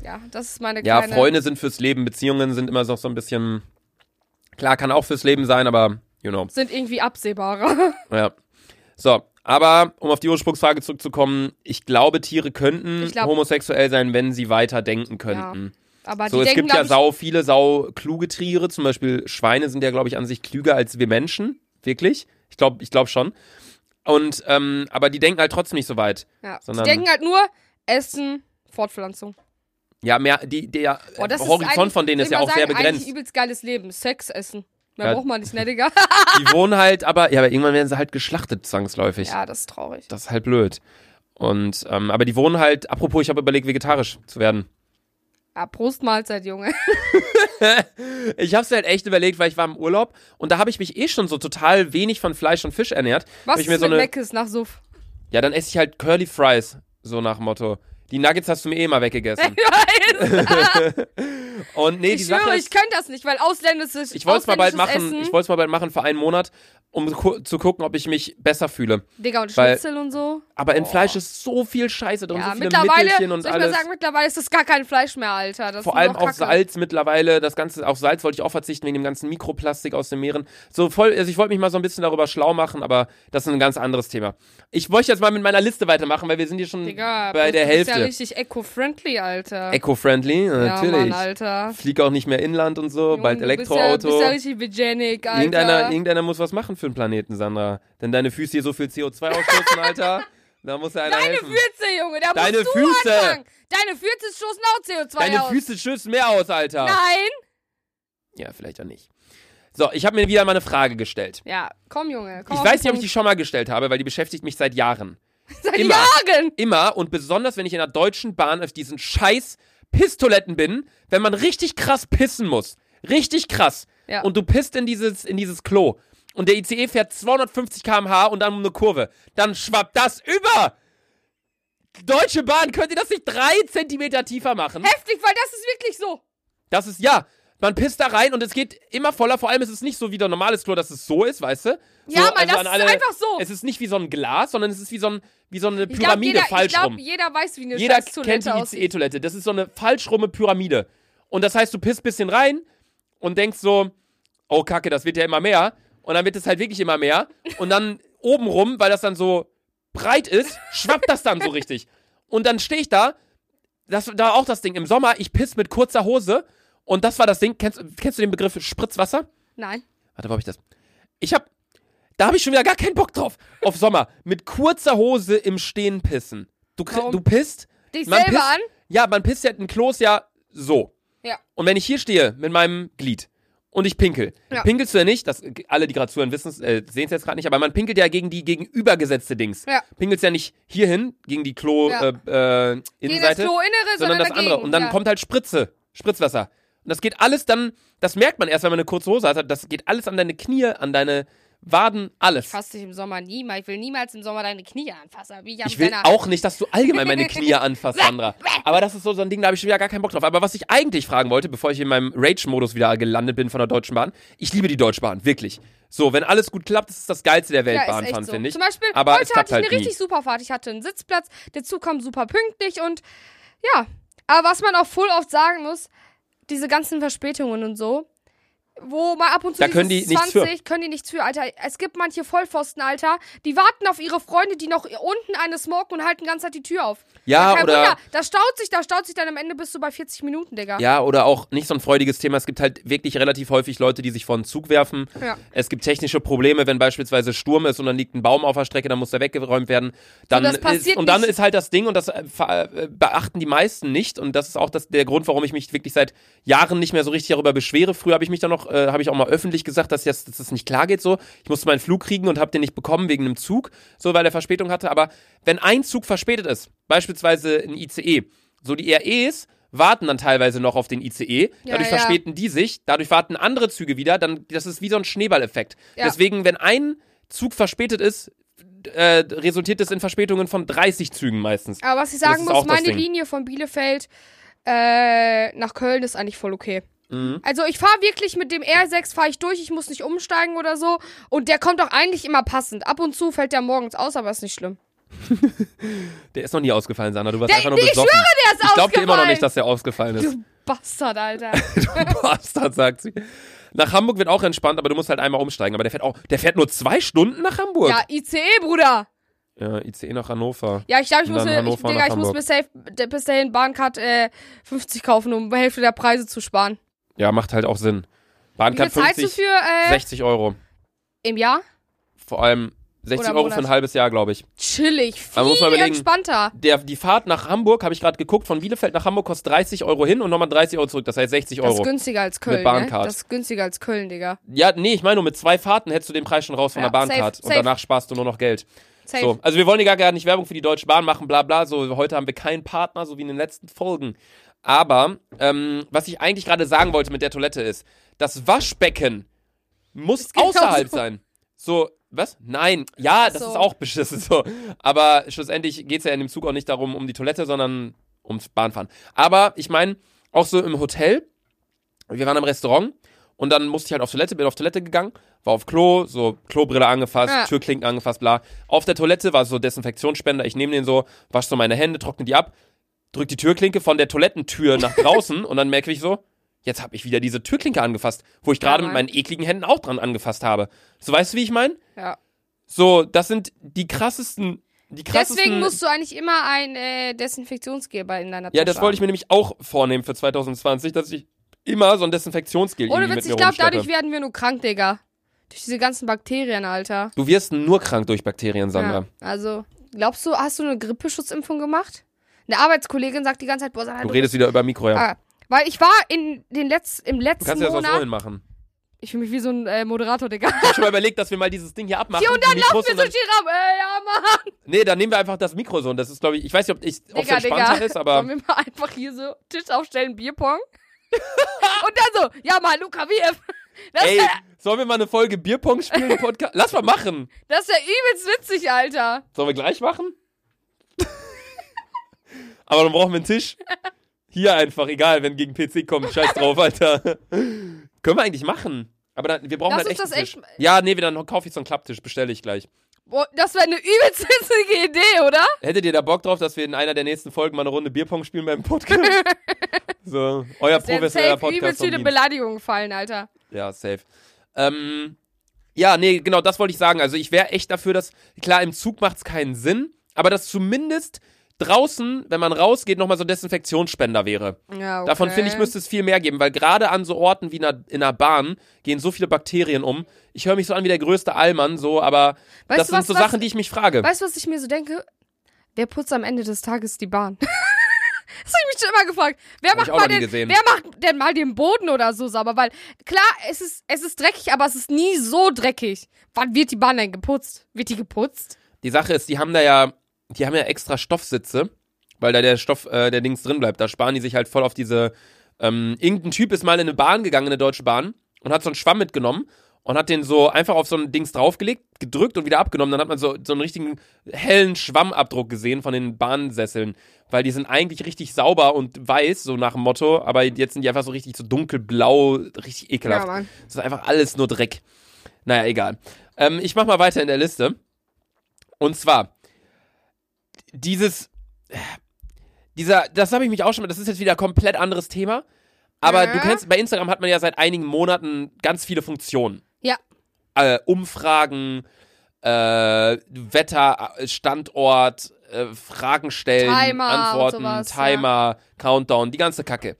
Ja, das ist meine
Ja,
kleine...
Freunde sind fürs Leben, Beziehungen sind immer noch so ein bisschen, klar, kann auch fürs Leben sein, aber, you know,
Sind irgendwie absehbarer.
ja. So, aber um auf die Ursprungsfrage zurückzukommen, ich glaube, Tiere könnten
Ich glaub-
homosexuell sein, wenn sie weiter denken könnten.
Aber
So,
die
es
denken,
gibt ja
glaub ich,
sau viele sau kluge Tiere, zum Beispiel Schweine sind ja, glaube ich, an sich klüger als wir Menschen. Wirklich? Ich glaube ich glaub schon. Und, ähm, aber die denken halt trotzdem nicht so weit.
Ja. Die
sondern-
denken halt nur Essen, Fortpflanzung.
Ja, mehr, die, der
Boah, das ist
Horizont
eigentlich-
von denen ist
ich
ja
mal
auch sehr
sagen,
begrenzt.
Eigentlich übelst geiles Leben. Sex, Essen. Mehr
Ja.
braucht man nicht, ne, Digga?
Die wohnen halt, aber, ja, aber irgendwann werden sie halt geschlachtet zwangsläufig.
ja, das ist traurig.
Das ist halt blöd. Und, ähm, aber die wohnen halt, apropos, ich habe überlegt, vegetarisch zu werden.
Ja, Prost Mahlzeit, Junge.
Ich habe es halt echt überlegt, weil ich war im Urlaub und da habe ich mich eh schon so total wenig von Fleisch und Fisch ernährt. Hab
Was
ich
ist
mir
mit
so eine,
Meckes nach Suff?
Ja, dann esse ich halt Curly Fries, so nach dem Motto. Die Nuggets hast du mir eh mal weggegessen. Und nee, die
ich
Sache
schwöre,
ist,
ich könnte das nicht, weil ausländisches
ich wollte es mal bald machen,
ausländisches
ich
Essen,
wollte es mal bald machen für einen Monat, um ku- zu gucken, ob ich mich besser fühle.
Digga, und
weil-
Schnitzel und so.
Aber in Fleisch ist so viel Scheiße drin, so
Ja,
viele
mittlerweile,
Mittelchen
soll
und
ich
alles.
mal sagen, mittlerweile ist das gar kein Fleisch mehr, Alter. Das
Vor
ist nur
allem
noch
auf
Kacke.
Salz mittlerweile, das ganze auf Salz wollte ich auch verzichten wegen dem ganzen Mikroplastik aus den Meeren. So voll, also ich wollte mich mal so ein bisschen darüber schlau machen, aber das ist ein ganz anderes Thema. Ich wollte jetzt mal mit meiner Liste weitermachen, weil wir sind hier schon
Digga,
bei der
Du
Hälfte.
bist ja richtig eco-friendly, Alter.
Eco-friendly, natürlich.
Ja, Mann, Alter.
Flieg auch nicht mehr Inland und so, bald
Du bist
Elektroauto.
ja, bist ja richtig vegenic, Alter.
irgendeiner, irgendeiner muss was machen für den Planeten, Sandra. Denn deine Füße hier so viel CO2 ausstoßen, Alter. Da muss ja einer
Deine
helfen.
Füße, Junge, da
Deine
musst du
Füße.
anfangen. Deine Füße stoßen auch CO2
deine
aus.
Füße schützen mehr aus, Alter.
Nein.
Ja, vielleicht auch nicht. So, ich habe mir wieder mal eine Frage gestellt.
Ja, komm, Junge. Komm
ich
auf
weiß
den
nicht, ob ich die schon mal gestellt habe, weil die beschäftigt mich seit Jahren.
Punkt. Seit
immer.
Jahren.
Immer und besonders, wenn ich in der Deutschen Bahn auf diesen scheiß Pistoletten bin, wenn man richtig krass pissen muss. Richtig krass.
Ja.
Und du pisst in dieses, in dieses Klo. Und der ICE fährt 250 km/h und dann um eine Kurve. Dann schwappt das über. Deutsche Bahn, könnt ihr das nicht drei Zentimeter tiefer machen?
Heftig, weil das ist wirklich so.
Das ist, ja, man pisst da rein und es geht immer voller. Vor allem ist es nicht so wie der normales Klo, dass es so ist, weißt du? so,
Ja,
also
Mann, das
an
ist einfach so.
Es ist nicht wie so ein Glas, sondern es ist wie so, ein, wie so eine
Ich glaub,
Pyramide
jeder,
falsch
ich glaub,
rum.
jeder weiß, wie eine
Jeder
scheiß
kennt die
Toilette aussieht.
ICE-Toilette. Das ist so eine falsch rumme Pyramide. Und das heißt, du pisst ein bisschen rein und denkst so, oh Kacke, das wird ja immer mehr. Und dann wird es halt wirklich immer mehr. Und dann obenrum, weil das dann so breit ist, schwappt das dann so richtig. Und dann stehe ich da, das da war auch das Ding. Im Sommer, ich piss mit kurzer Hose. Und das war das Ding. Kennst, kennst du den Begriff Spritzwasser?
Nein.
Warte, wo hab ich das? Ich hab. Da habe ich schon wieder gar keinen Bock drauf. Auf Sommer. Mit kurzer Hose im Stehen pissen. Du, kri-
Warum?
du pisst.
Dich
Man
selber
pisst-
an?
Ja, man pisst ja in Klos ja so.
Ja.
Und wenn ich hier stehe mit meinem Glied und ich pinkel,
Ja.
pinkelst du ja nicht, das, alle, die gerade zuhören, wissen äh, sehen es jetzt gerade nicht, aber man pinkelt ja gegen die gegenübergesetzte Dings.
Ja.
Pinkelst ja nicht hierhin, gegen die
Ja.
Klo-Innenseite, äh, äh,
Gegen das
Innenseite,
Klo-Innere,
sondern das
dagegen.
andere. Und dann
ja.
kommt halt Spritze, Spritzwasser. Und das geht alles dann, das merkt man erst, wenn man eine kurze Hose hat, das geht alles an deine Knie, an deine Waden, alles.
Ich fasse dich im Sommer niemals. Ich will niemals im Sommer deine Knie anfassen. Wie ich, am
Ich will
Penner.
auch nicht, dass du allgemein meine Knie anfasst, Sandra. Aber das ist so, so ein Ding, da habe ich schon wieder gar keinen Bock drauf. Aber was ich eigentlich fragen wollte, bevor ich in meinem Rage-Modus wieder gelandet bin von der Deutschen Bahn, ich liebe die Deutsche Bahn, wirklich. So, wenn alles gut klappt, das ist das Geilste der Welt,
Ja, ist echt
Bahnfahren,
so.
finde ich.
Zum Beispiel,
Aber es
heute
klappt
hatte ich eine
halt nie.
richtig super Fahrt. Ich hatte einen Sitzplatz, der Zug kam super pünktlich und ja. Aber was man auch voll oft sagen muss, diese ganzen Verspätungen und so, wo mal ab und zu
Da können
dieses
die nichts für.
können die nichts für, Alter. Es gibt manche Vollpfosten, Alter, die warten auf ihre Freunde, die noch unten eine smoken und halten ganz Zeit die Tür auf.
Ja,
Kein
oder-
Wunder, da staut sich, da staut sich dann am Ende bist du bei 40 Minuten, Digga.
Ja, oder auch nicht so ein freudiges Thema. Es gibt halt wirklich relativ häufig Leute, die sich vor den Zug werfen.
Ja.
Es gibt technische Probleme, wenn beispielsweise Sturm ist und dann liegt ein Baum auf der Strecke, dann muss der weggeräumt werden. Dann
das passiert
ist, und dann
nicht.
ist halt das Ding und das äh, ver- äh, beachten die meisten nicht und das ist auch das, der Grund, warum ich mich wirklich seit Jahren nicht mehr so richtig darüber beschwere. Früher habe ich mich dann noch, äh, habe ich auch mal öffentlich gesagt, dass das, dass das nicht klar geht so. Ich musste meinen Flug kriegen und habe den nicht bekommen wegen einem Zug, so weil er Verspätung hatte. Aber wenn ein Zug verspätet ist, beispielsweise ein ICE, so die REs warten dann teilweise noch auf den ICE,
Ja,
dadurch
ja.
verspäten die sich, dadurch warten andere Züge wieder, dann das ist wie so ein Schneeballeffekt.
Ja.
Deswegen, wenn ein Zug verspätet ist, äh, resultiert es in Verspätungen von 30 Zügen meistens.
Aber was ich
Das
sagen
ist
muss,
auch das
meine
Ding.
Linie von Bielefeld äh, nach Köln ist eigentlich voll okay.
Mhm.
Also ich fahre wirklich mit dem R6 fahre ich durch, ich muss nicht umsteigen oder so und der kommt auch eigentlich immer passend. Ab und zu fällt der morgens aus, aber ist nicht schlimm.
Der ist noch nie ausgefallen, Sandra. Du warst
Der-
einfach nur
ich
besoffen.
schwöre, der ist
ich glaub dir immer noch
ausgefallen.
nicht, dass der ausgefallen ist.
Du Bastard, Alter.
Du Bastard, sagt sie. Nach Hamburg wird auch entspannt, aber du musst halt einmal umsteigen. Aber der fährt auch, der fährt nur zwei Stunden nach Hamburg.
ja, ICE, Bruder.
ja ICE nach Hannover.
Ja, ich glaube, ich
Und
muss
dann
mir, ich,
Hannover
Digga,
nach
ich muss
Hamburg.
mir safe d- bis dahin Bahncard äh, 50 kaufen, um Hälfte der Preise zu sparen.
Ja, macht halt auch Sinn.
Wie viel
Bahncard
zahlst du
50,
für äh,
60 Euro.
im Jahr?
Vor allem 60
Oder im
Euro für ein
Monat.
halbes Jahr, glaube ich.
Chillig, viel
Man muss mal überlegen.
entspannter.
Der, die Fahrt nach Hamburg, habe ich gerade geguckt, von Bielefeld nach Hamburg kostet 30 Euro hin und nochmal 30 Euro zurück. Das heißt 60
Das ist
Euro.
günstiger als Köln, ne?
Bahncard.
Das ist günstiger als Köln, Digga.
Ja, nee, ich meine nur mit zwei Fahrten hättest du den Preis schon raus von
Ja,
der Bahncard
safe,
und
safe.
danach sparst du nur noch Geld.
Safe.
So, also wir wollen ja gar nicht Werbung für die Deutsche Bahn machen, bla bla. So, heute haben wir keinen Partner, so wie in den letzten Folgen. Aber ähm, was ich eigentlich gerade sagen wollte mit der Toilette ist, das Waschbecken muss
geht
außerhalb
auch so.
sein. So, was? Nein, ja,
Ach
das
so.
ist auch beschissen so. Aber schlussendlich geht es ja in dem Zug auch nicht darum, um die Toilette, sondern ums Bahnfahren. Aber ich meine, auch so im Hotel, wir waren im Restaurant und dann musste ich halt auf Toilette, bin auf Toilette gegangen, war auf Klo, so Klobrille angefasst,
Ja.
Türklinken angefasst, bla. Auf der Toilette war so Desinfektionsspender, ich nehme den so, wasche so meine Hände, trockne die ab, drück die Türklinke von der Toilettentür nach draußen und dann merke ich so, jetzt habe ich wieder diese Türklinke angefasst, wo ich gerade
Ja,
mit
Mann.
meinen ekligen Händen auch dran angefasst habe. So weißt du, wie ich meine?
Ja.
So, das sind die krassesten, die krassesten
Deswegen musst du eigentlich immer ein äh, Desinfektionsgeber in deiner Tasche
Ja, das wollte ich
haben.
mir nämlich auch vornehmen für 2020, dass ich immer so ein Desinfektionsgel
Ohne
irgendwie mit
Witz,
mir
ich glaube,
rumschleppe.
dadurch werden wir nur krank, Digga. Durch diese ganzen Bakterien, Alter.
Du wirst nur krank durch Bakterien, Sandra.
Ja. Also, glaubst du, hast du eine Grippeschutzimpfung gemacht? Eine Arbeitskollegin sagt die ganze Zeit, boah, Sandra,
Du redest wieder über Mikro, ja.
Also Ah, weil ich war in den Letz im
Du
letzten
kannst ja das aus
Monat.
Rollen machen.
Ich fühle mich wie so ein äh, Moderator, Digga.
Ich hab schon mal überlegt, dass wir mal dieses Ding hier abmachen.
Ja, und
die Mikros
Mir so
dann,
steht ram. Äh, ja, Mann.
nee, dann nehmen wir einfach das Mikro so. Und das ist, glaube ich, ich weiß nicht, ob ich ob's
Digga,
entspannter
Digga.
ist, aber
Sollen wir mal einfach hier so Tisch aufstellen, Bierpong? und dann so, ja, Mann, Luca, WF. Das
ey,
wär-
sollen wir mal eine Folge Bierpong spielen im Podcast? Lass mal machen.
das wär übelst witzig, Alter.
Sollen wir gleich machen? Aber dann brauchen wir einen Tisch. Hier einfach, egal, wenn gegen PC kommt. Scheiß drauf, Alter. Können wir eigentlich machen. Aber dann, wir brauchen
Lass
dann
uns
echt einen
das echt
Tisch. Ja, nee, wir- dann kaufe ich so einen Klapptisch, bestelle ich gleich.
Boah, das wäre eine übelst witzige Idee, oder?
Hättet ihr da Bock drauf, dass wir in einer der nächsten Folgen mal eine Runde Bierpong spielen beim Podcast? so, euer
Der
professioneller
safe übelst
Podcast.
viele
vom Dienst.
Beleidigungen fallen, Alter.
Ja, safe. Ähm, ja, nee, genau, das wollte ich sagen. Also ich wäre echt dafür, dass, klar, im Zug macht es keinen Sinn, aber dass zumindest draußen, wenn man rausgeht, nochmal so ein Desinfektionsspender wäre.
Ja, okay.
Davon finde ich, müsste es viel mehr geben, weil gerade an so Orten wie in einer, in einer Bahn gehen so viele Bakterien um. Ich höre mich so an wie der größte Allmann, so, aber
Weißt
das
du,
sind
was-
so
was-
Sachen, die ich mich frage.
Weißt du, was ich mir so denke? Wer putzt am Ende des Tages die Bahn? das habe ich mich schon immer gefragt. Wer macht,
ich auch
mal
noch nie
den,
gesehen.
wer macht denn mal den Boden oder so sauber? Weil klar, es ist, es ist dreckig, aber es ist nie so dreckig. Wann wird die Bahn denn geputzt? Wird die geputzt?
Die Sache ist, die haben da ja, die haben ja extra Stoffsitze, weil da der Stoff, äh, der Dings drin bleibt. Da sparen die sich halt voll auf diese. Ähm, irgendein Typ ist mal in eine Bahn gegangen, in eine deutsche Bahn, und hat so einen Schwamm mitgenommen und hat den so einfach auf so ein Dings draufgelegt, gedrückt und wieder abgenommen. Dann hat man so, so einen richtigen hellen Schwammabdruck gesehen von den Bahnsesseln, weil die sind eigentlich richtig sauber und weiß, so nach dem Motto, aber jetzt sind die einfach so richtig so dunkelblau, richtig ekelhaft.
Ja, Mann.
Das ist einfach alles nur Dreck. Naja, egal. Ähm, ich mach mal weiter in der Liste. Und zwar, dieses, dieser, das habe ich mich auch schon mal, das ist jetzt wieder ein komplett anderes Thema, Aber
Ja.
du kennst, bei Instagram hat man ja seit einigen Monaten ganz viele Funktionen.
Ja.
Äh, Umfragen, äh, Wetter, äh, Standort, äh, Fragen stellen,
Timer und
Antworten,
sowas, ja.
Timer, Countdown, die ganze Kacke.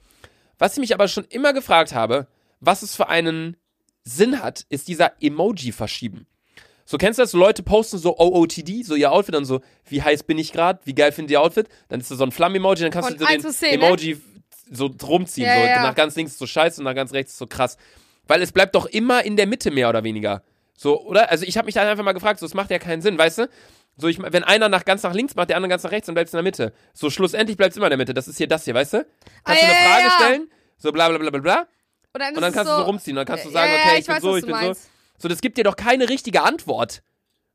Was ich mich aber schon immer gefragt habe, was es für einen Sinn hat, ist dieser Emoji-Verschieben. So kennst du das? So Leute posten so OOTD, so ihr Outfit, dann so, wie heiß bin ich gerade, wie geil findet ihr Outfit? Dann ist da so ein Flammen-Emoji, dann kannst
Von
du
eins
so
bis zehn,
den
ne?
Emoji so rumziehen.
Ja,
so.
ja, ja.
Nach ganz links ist so scheiße und nach ganz rechts ist so krass. Weil es bleibt doch immer in der Mitte mehr oder weniger. So, oder? Also ich habe mich dann einfach mal gefragt, so, es macht ja keinen Sinn, weißt du? So, ich, wenn einer nach ganz nach links macht, der andere ganz nach rechts, dann bleibt es in der Mitte. So, schlussendlich bleibt es immer in der Mitte. Das ist hier das hier, weißt du? Kannst
Ah,
du
ja,
eine
ja,
Frage
ja.
stellen, so bla bla bla bla bla.
Und dann,
Und
ist
dann
es
kannst
so,
du so rumziehen. Dann kannst du
Ja,
sagen,
ja, ja,
okay, ich,
ich
bin
weiß,
so,
was
ich
du
bin so.
meinst.
So, das gibt dir doch keine richtige Antwort.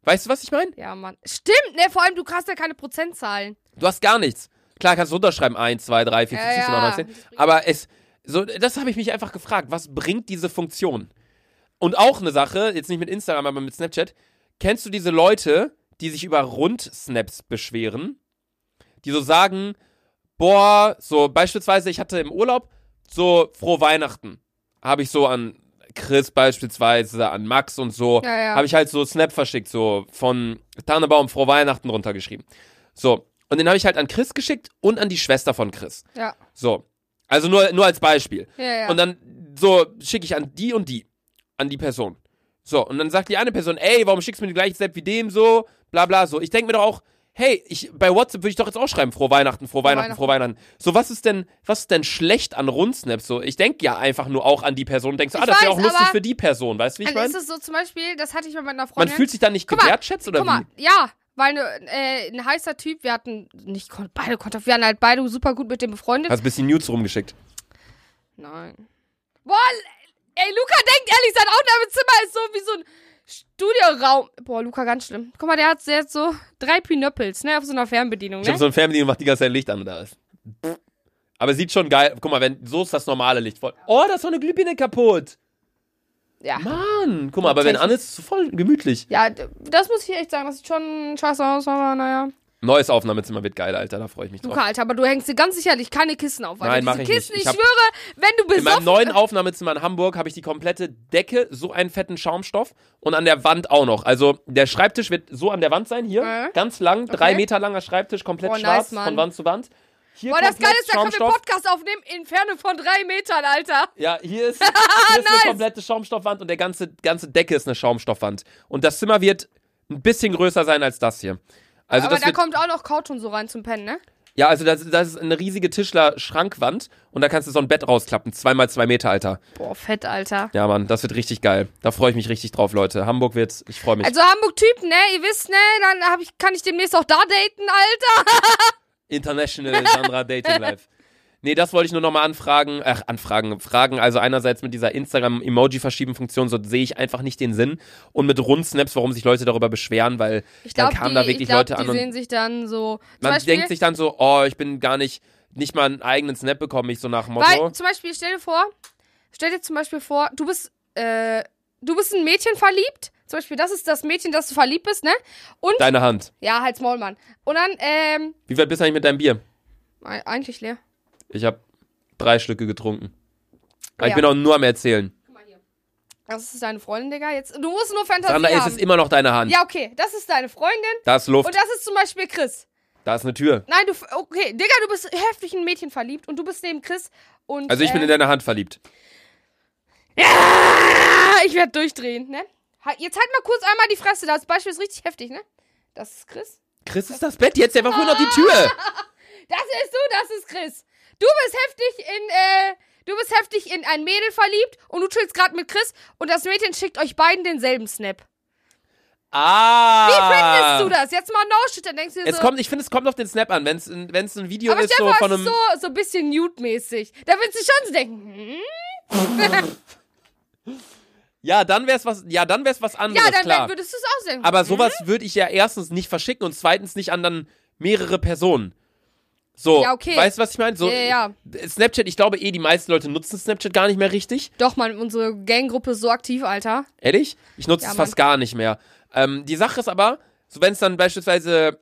Weißt du, was ich meine?
Ja, Mann. Stimmt, ne? Vor allem, du hast ja keine Prozentzahlen.
Du hast gar nichts. Klar, kannst du runterschreiben, 1, 2, 3, 4, 5,
Ja,
6, 7,
ja.
8, 9, 10. Aber es, so, das habe ich mich einfach gefragt. Was bringt diese Funktion? Und auch eine Sache, jetzt nicht mit Instagram, aber mit Snapchat. Kennst du diese Leute, die sich über Rundsnaps beschweren? Die so sagen, boah, so beispielsweise, ich hatte im Urlaub so frohe Weihnachten. Habe ich so an Chris beispielsweise, an Max und so,
Ja, ja.
habe ich halt so Snap verschickt, so von Tannebaum frohe Weihnachten runtergeschrieben. So, und den habe ich halt an Chris geschickt und an die Schwester von Chris.
Ja.
So, also nur, nur als Beispiel.
Ja, ja.
Und dann so schicke ich an die und die, an die Person. So, und dann sagt die eine Person, ey, warum schickst du mir den gleichen Snap wie dem so, bla bla so. Ich denke mir doch auch, hey, ich, bei WhatsApp würde ich doch jetzt auch schreiben, frohe Weihnachten, frohe Weihnachten, frohe Weihnachten. So, was ist denn, was ist denn schlecht an Rundsnaps? So, ich denke ja einfach nur auch an die Person und denk so,
Ich
ah, das wäre auch
weiß,
lustig
aber-
für die Person, weißt du, wie ich
dann ist
meine?
es so zum Beispiel, das hatte ich mal mit einer
Man
Freundin.
fühlt sich dann nicht
Guck mal,
gewertschätzt oder
Guck mal,
wie?
ja, weil ne, äh, ein heißer Typ, wir hatten nicht kon- beide Kontakt, wir waren halt beide super gut mit dem befreundet.
Hast ein bisschen Nudes rumgeschickt.
Nein. Boah, ey, Luca denkt ehrlich, sein Aufnahmezimmer ist so wie so ein Studioraum. Boah, Luca, ganz schlimm. Guck mal, der hat, der hat so drei Pinöppels, ne, auf so einer Fernbedienung,
Ich habe
ne?
so ein Fernbedienung, macht die ganze Zeit Licht an und alles. Aber sieht schon geil. Guck mal, wenn so ist das normale Licht voll. Oh, da ist noch eine Glühbirne kaputt.
Ja.
Mann, guck mal, aber wenn an ist, ist es voll gemütlich.
Ja, d- das muss ich echt sagen, das sieht schon scheiße aus, aber naja.
Neues Aufnahmezimmer wird geil, Alter, da freue ich mich drauf.
Luca, Alter, aber du hängst dir ganz sicherlich keine Kissen auf. Alter.
Nein, mach
Diese
ich
Kissen,
nicht. Ich hab-
ich, schwöre, wenn du
In meinem
besoffen
neuen Aufnahmezimmer in Hamburg habe ich die komplette Decke, so einen fetten Schaumstoff und an der Wand auch noch. Also der Schreibtisch wird so an der Wand sein hier,
Mhm.
ganz lang, drei
Okay.
Meter langer Schreibtisch, komplett
Boah, nice,
schwarz von
Mann.
Wand zu Wand. Hier
Boah, das
komplett
Geile ist, da können wir
Schaumstoff.
Podcast aufnehmen in Ferne von drei Metern, Alter.
Ja, hier ist, hier ist eine komplette Schaumstoffwand und der ganze, ganze Decke ist eine Schaumstoffwand. Und das Zimmer wird ein bisschen größer sein als das hier. Also
aber
das
da
wird,
kommt auch noch Couch und so rein zum Pennen, ne?
ja, also das, das ist eine riesige Tischler-Schrankwand und da kannst du so ein Bett rausklappen. Zweimal zwei Meter, Alter.
Boah, fett, Alter.
Ja, Mann, das wird richtig geil. Da freue ich mich richtig drauf, Leute. Hamburg wird, ich freue mich.
Also Hamburg-Typen, ne? Ihr wisst, ne? Dann hab ich, kann ich demnächst auch da daten, Alter.
International Sandra Dating Life. Nee, das wollte ich nur nochmal anfragen. Ach, anfragen, fragen. Also einerseits mit dieser Instagram-Emoji-Verschieben-Funktion, so sehe ich einfach nicht den Sinn. Und mit Rundsnaps, warum sich Leute darüber beschweren, weil
Ich
dann
glaube,
kamen da
die,
wirklich
ich glaub,
Leute
die
an und
sehen sich dann so. Zum
man
Beispiel,
denkt sich dann so, oh, ich bin gar nicht, nicht mal einen eigenen Snap bekomme ich so nach dem Motto.
Weil, zum Beispiel, stell dir vor, stell dir zum Beispiel vor, du bist, äh, du bist in ein Mädchen verliebt. Zum Beispiel, das ist das Mädchen, das du verliebt bist, ne? Und,
Deine Hand.
ja, halt's Maul, Mann. Und dann, ähm,
Wie weit bist du eigentlich mit deinem Bier?
e- eigentlich leer.
Ich habe drei Schlücke getrunken. Aber Ich
Ja.
bin auch nur am Erzählen.
Das ist deine Freundin, Digga. Jetzt, du musst nur Fantasie
Sandra, es
haben.
ist immer noch deine Hand.
ja, okay, das ist deine Freundin
Da ist Luft,
und das ist zum Beispiel Chris.
da ist eine Tür.
Nein, du, f- okay, Digga, du bist heftig in ein Mädchen verliebt und du bist neben Chris und.
Also ich bin
äh,
in deine Hand verliebt.
Ah, ich werde durchdrehen, ne? Ha- Jetzt halt mal kurz einmal die Fresse. Das Beispiel ist richtig heftig, ne? Das ist Chris.
Chris ist das Bett, jetzt einfach nur noch die Tür.
Das ist du, das ist Chris. Du bist heftig in, äh, du bist heftig in ein Mädel verliebt und du chillst gerade mit Chris und das Mädchen schickt euch beiden denselben Snap.
Ah.
Wie findest du das? Jetzt mal no shit, dann denkst du dir
Es
so.
kommt, ich finde, es kommt auf den Snap an. Wenn es ein, wenn's ein Video
aber
ist, so
Stefan
von
ist
einem.
so, so ein bisschen nude-mäßig. Da willst du schon so denken, hm?
Ja, dann wär's was, ja, dann wär's was anderes,
Ja, dann
Hm,
Mhm.
klar.
würdest du es auch denken.
Aber sowas würde ich ja erstens nicht verschicken und zweitens nicht an dann mehrere Personen. So,
Ja, okay.
weißt du, was ich meine? So,
Ja, ja,
Snapchat, ich glaube eh, die meisten Leute nutzen Snapchat gar nicht mehr richtig.
Doch, Mann, unsere Ganggruppe ist so aktiv, Alter.
Ehrlich? Ich nutze
Ja,
es fast gar nicht mehr. Ähm, die Sache ist aber, so wenn es dann beispielsweise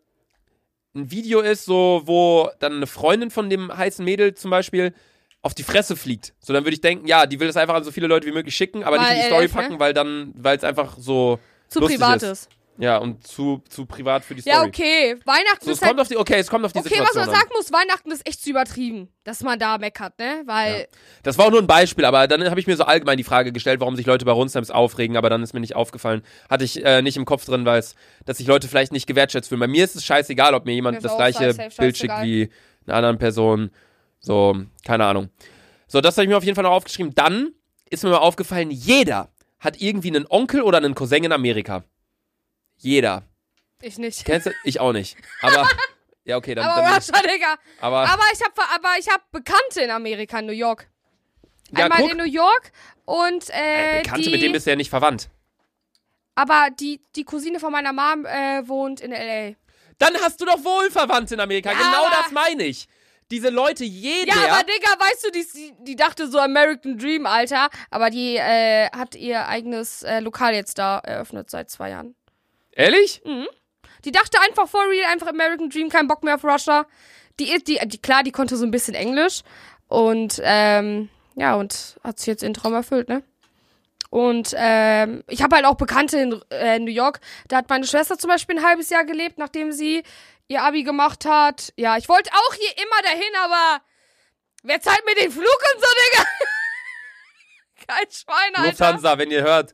ein Video ist, so wo dann eine Freundin von dem heißen Mädel zum Beispiel auf die Fresse fliegt. So, dann würde ich denken, ja, die will das einfach an so viele Leute wie möglich schicken, aber
Mal
nicht in die Story
LF, ne?
packen, weil dann, weil es einfach so
Zu
lustig
privat
ist.
ist.
Ja, und zu, zu privat für die Story.
Ja, okay. Weihnachten
So, es
ist halt.
kommt auf die, okay, es kommt auf die
Okay, was
Situation
man
an.
sagen muss, Weihnachten ist echt zu übertrieben, dass man da meckert, ne? Weil.
Das war auch nur ein Beispiel, aber dann habe ich mir so allgemein die Frage gestellt, warum sich Leute bei Runstems aufregen, aber dann ist mir nicht aufgefallen. Hatte ich äh, nicht im Kopf drin, weil es, dass sich Leute vielleicht nicht gewertschätzt fühlen. Bei mir ist es scheißegal, ob mir
Mir
jemand
ist
das
auch
gleiche
safe, safe
Bild schickt
scheißegal.
wie einer anderen Person. So, keine Ahnung. So, das habe ich mir auf jeden Fall noch aufgeschrieben. Dann ist mir mal aufgefallen, jeder hat irgendwie einen Onkel oder einen Cousin in Amerika. Jeder.
Ich nicht.
Kennst du? Ich auch nicht. Aber, ja, okay, dann.
Aber
dann
Russia, Digga.
aber,
Aber ich habe aber ich hab Bekannte in Amerika, in New York.
ja,
Einmal
guck,
in New York und äh,
Bekannte,
die,
mit dem bist du ja nicht verwandt.
aber die, die Cousine von meiner Mom äh, wohnt in L.A.
Dann hast du doch Wohlverwandte in Amerika.
Ja,
genau
aber-
das meine ich. Diese Leute, jeder.
Ja, aber Digga, weißt du, die, die, die dachte so American Dream, Alter. Aber die äh, hat ihr eigenes äh, Lokal jetzt da eröffnet seit zwei Jahren.
Ehrlich?
Die dachte einfach for real, einfach American Dream, kein Bock mehr auf Russia. Die, die, die klar, die konnte so ein bisschen Englisch und ähm, ja und hat sich jetzt ihren Traum erfüllt, ne? Und ähm, ich habe halt auch Bekannte in äh, New York. Da hat meine Schwester zum Beispiel ein halbes Jahr gelebt, nachdem sie ihr Abi gemacht hat. Ja, ich wollte auch hier immer dahin, aber wer zahlt mir den Flug und so, Digga? kein Schwein, Alter.
Lufthansa, wenn ihr hört.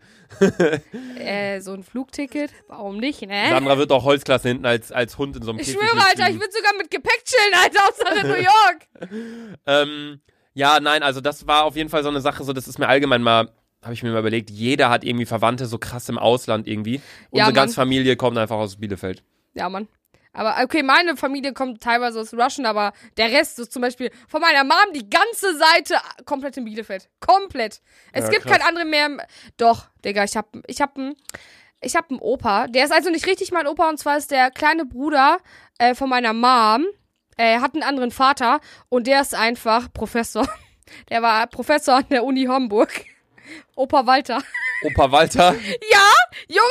Äh, so ein Flugticket, warum nicht, ne?
Sandra wird auch Holzklasse hinten als, als Hund in so einem
Ich
Käfig
schwöre, Alter,
mitfliegen.
ich würde sogar mit Gepäck chillen, Alter, außer in New York.
Ähm, ja, nein, also das war auf jeden Fall so eine Sache, so das ist mir allgemein mal, habe ich mir mal überlegt, jeder hat irgendwie Verwandte so krass im Ausland irgendwie.
Ja,
Unsere ganze
Mann.
Familie kommt einfach aus Bielefeld.
Ja, Mann. Aber okay, meine Familie kommt teilweise aus Russian, aber der Rest ist zum Beispiel von meiner Mom die ganze Seite komplett in Bielefeld. Komplett. Es
Ja,
gibt
krass.
keinen anderen mehr. im- Doch, Digga, ich hab, ich hab einen, ich hab einen Opa. Der ist also nicht richtig mein Opa und zwar ist der kleine Bruder äh, von meiner Mom. Er hat einen anderen Vater und der ist einfach Professor. Der war Professor an der Uni Homburg. Opa Walter.
Opa Walter,
Junge,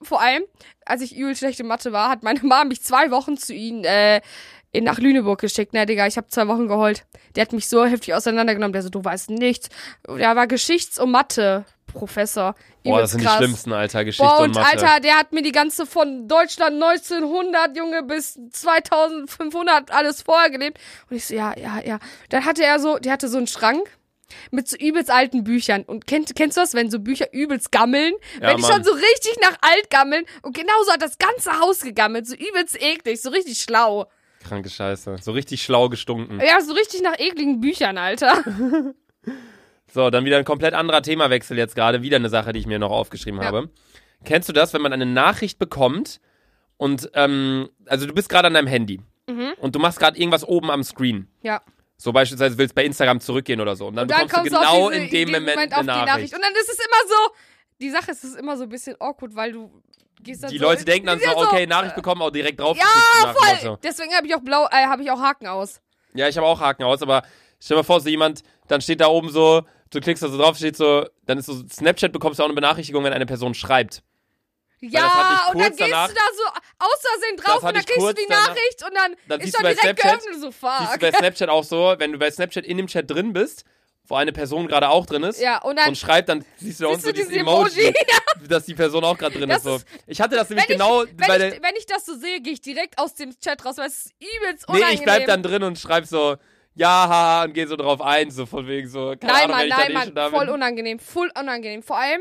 vor allem, als ich übel schlechte Mathe war, hat meine Mama mich zwei Wochen zu ihnen äh, in- nach Lüneburg geschickt. Na, Digga, ich habe zwei Wochen geheult. Der hat mich so heftig auseinandergenommen. Der so, du weißt nichts. Der war Geschichts- und Mathe-Professor.
boah, das
Übelst
sind
krass.
die schlimmsten, Alter, Geschichte
Boah,
und
und
Mathe.
Alter, der hat mir die ganze von Deutschland 1900, Junge, bis 2500 alles vorher gelebt. Und ich so, ja, ja, ja. Dann hatte er so, der hatte so einen Schrank mit so übelst alten Büchern. Und kennt, kennst du das, wenn so Bücher übelst gammeln?
Ja,
wenn die
Mann.
schon so richtig nach alt gammeln. Und genauso hat das ganze Haus gegammelt. So übelst eklig, so richtig schlau.
Kranke Scheiße, so richtig schlau gestunken.
Ja, so richtig nach ekligen Büchern, Alter.
So, dann wieder ein komplett anderer Themawechsel jetzt gerade. Wieder eine Sache, die ich mir noch aufgeschrieben
Ja.
habe. Kennst du das, wenn man eine Nachricht bekommt und, ähm, also du bist gerade an deinem Handy
Mhm.
und du machst gerade irgendwas oben am Screen.
Ja.
So beispielsweise willst bei Instagram zurückgehen oder so. Und dann,
Und dann
bekommst
kommst
du genau
auf diese,
in dem
diesem
Moment, eine
auf die
Nachricht.
Nachricht. Und dann ist es immer so, die Sache ist, es ist immer so ein bisschen awkward, weil du gehst dann
Die
so,
Leute denken dann
die
so,
sind
okay, also. Nachricht bekommen, auch direkt drauf.
Ja,
geklickt zu machen
voll.
oder so.
Deswegen habe ich auch blau, äh, habe ich auch Haken aus.
Ja, ich habe auch Haken aus, aber stell dir mal vor, so jemand, dann steht da oben so, du klickst da so drauf, steht so, dann ist so, Snapchat bekommst du auch eine Benachrichtigung, wenn eine Person schreibt. das hatte
Ja,
ich
und dann
kurz danach-
gehst du da so außersehen
Das
drauf
hatte
und dann
ich
kriegst du
kurz
die
danach-
Nachricht und dann,
Dann siehst
ist
du
schon
bei
direkt
Snapchat-
geöffnet und so
Siehst du
fuck.
bei Snapchat auch so, wenn du bei Snapchat in dem Chat drin bist, wo eine Person gerade auch drin ist
Ja, und dann
und schreibt, dann siehst du da unten
siehst
so
du
dieses
dieses
Emoji,
Emoji.
dass die Person auch gerade drin
Das
ist, so.
ist-
Ich hatte das nämlich
Wenn,
genau
ich,
bei
wenn,
der,
ich, wenn ich das so sehe, gehe ich direkt aus dem Chat raus, weil es ist übelst
Nee,
unangenehm.
ich bleib dann drin und schreib so, ja, haha, und geh so drauf ein, so von wegen so, keine
nein,
Ahnung, wenn
Mann,
ich dann
nein,
eh schon
Mann,
da
voll
bin.
unangenehm, voll unangenehm. Vor allem,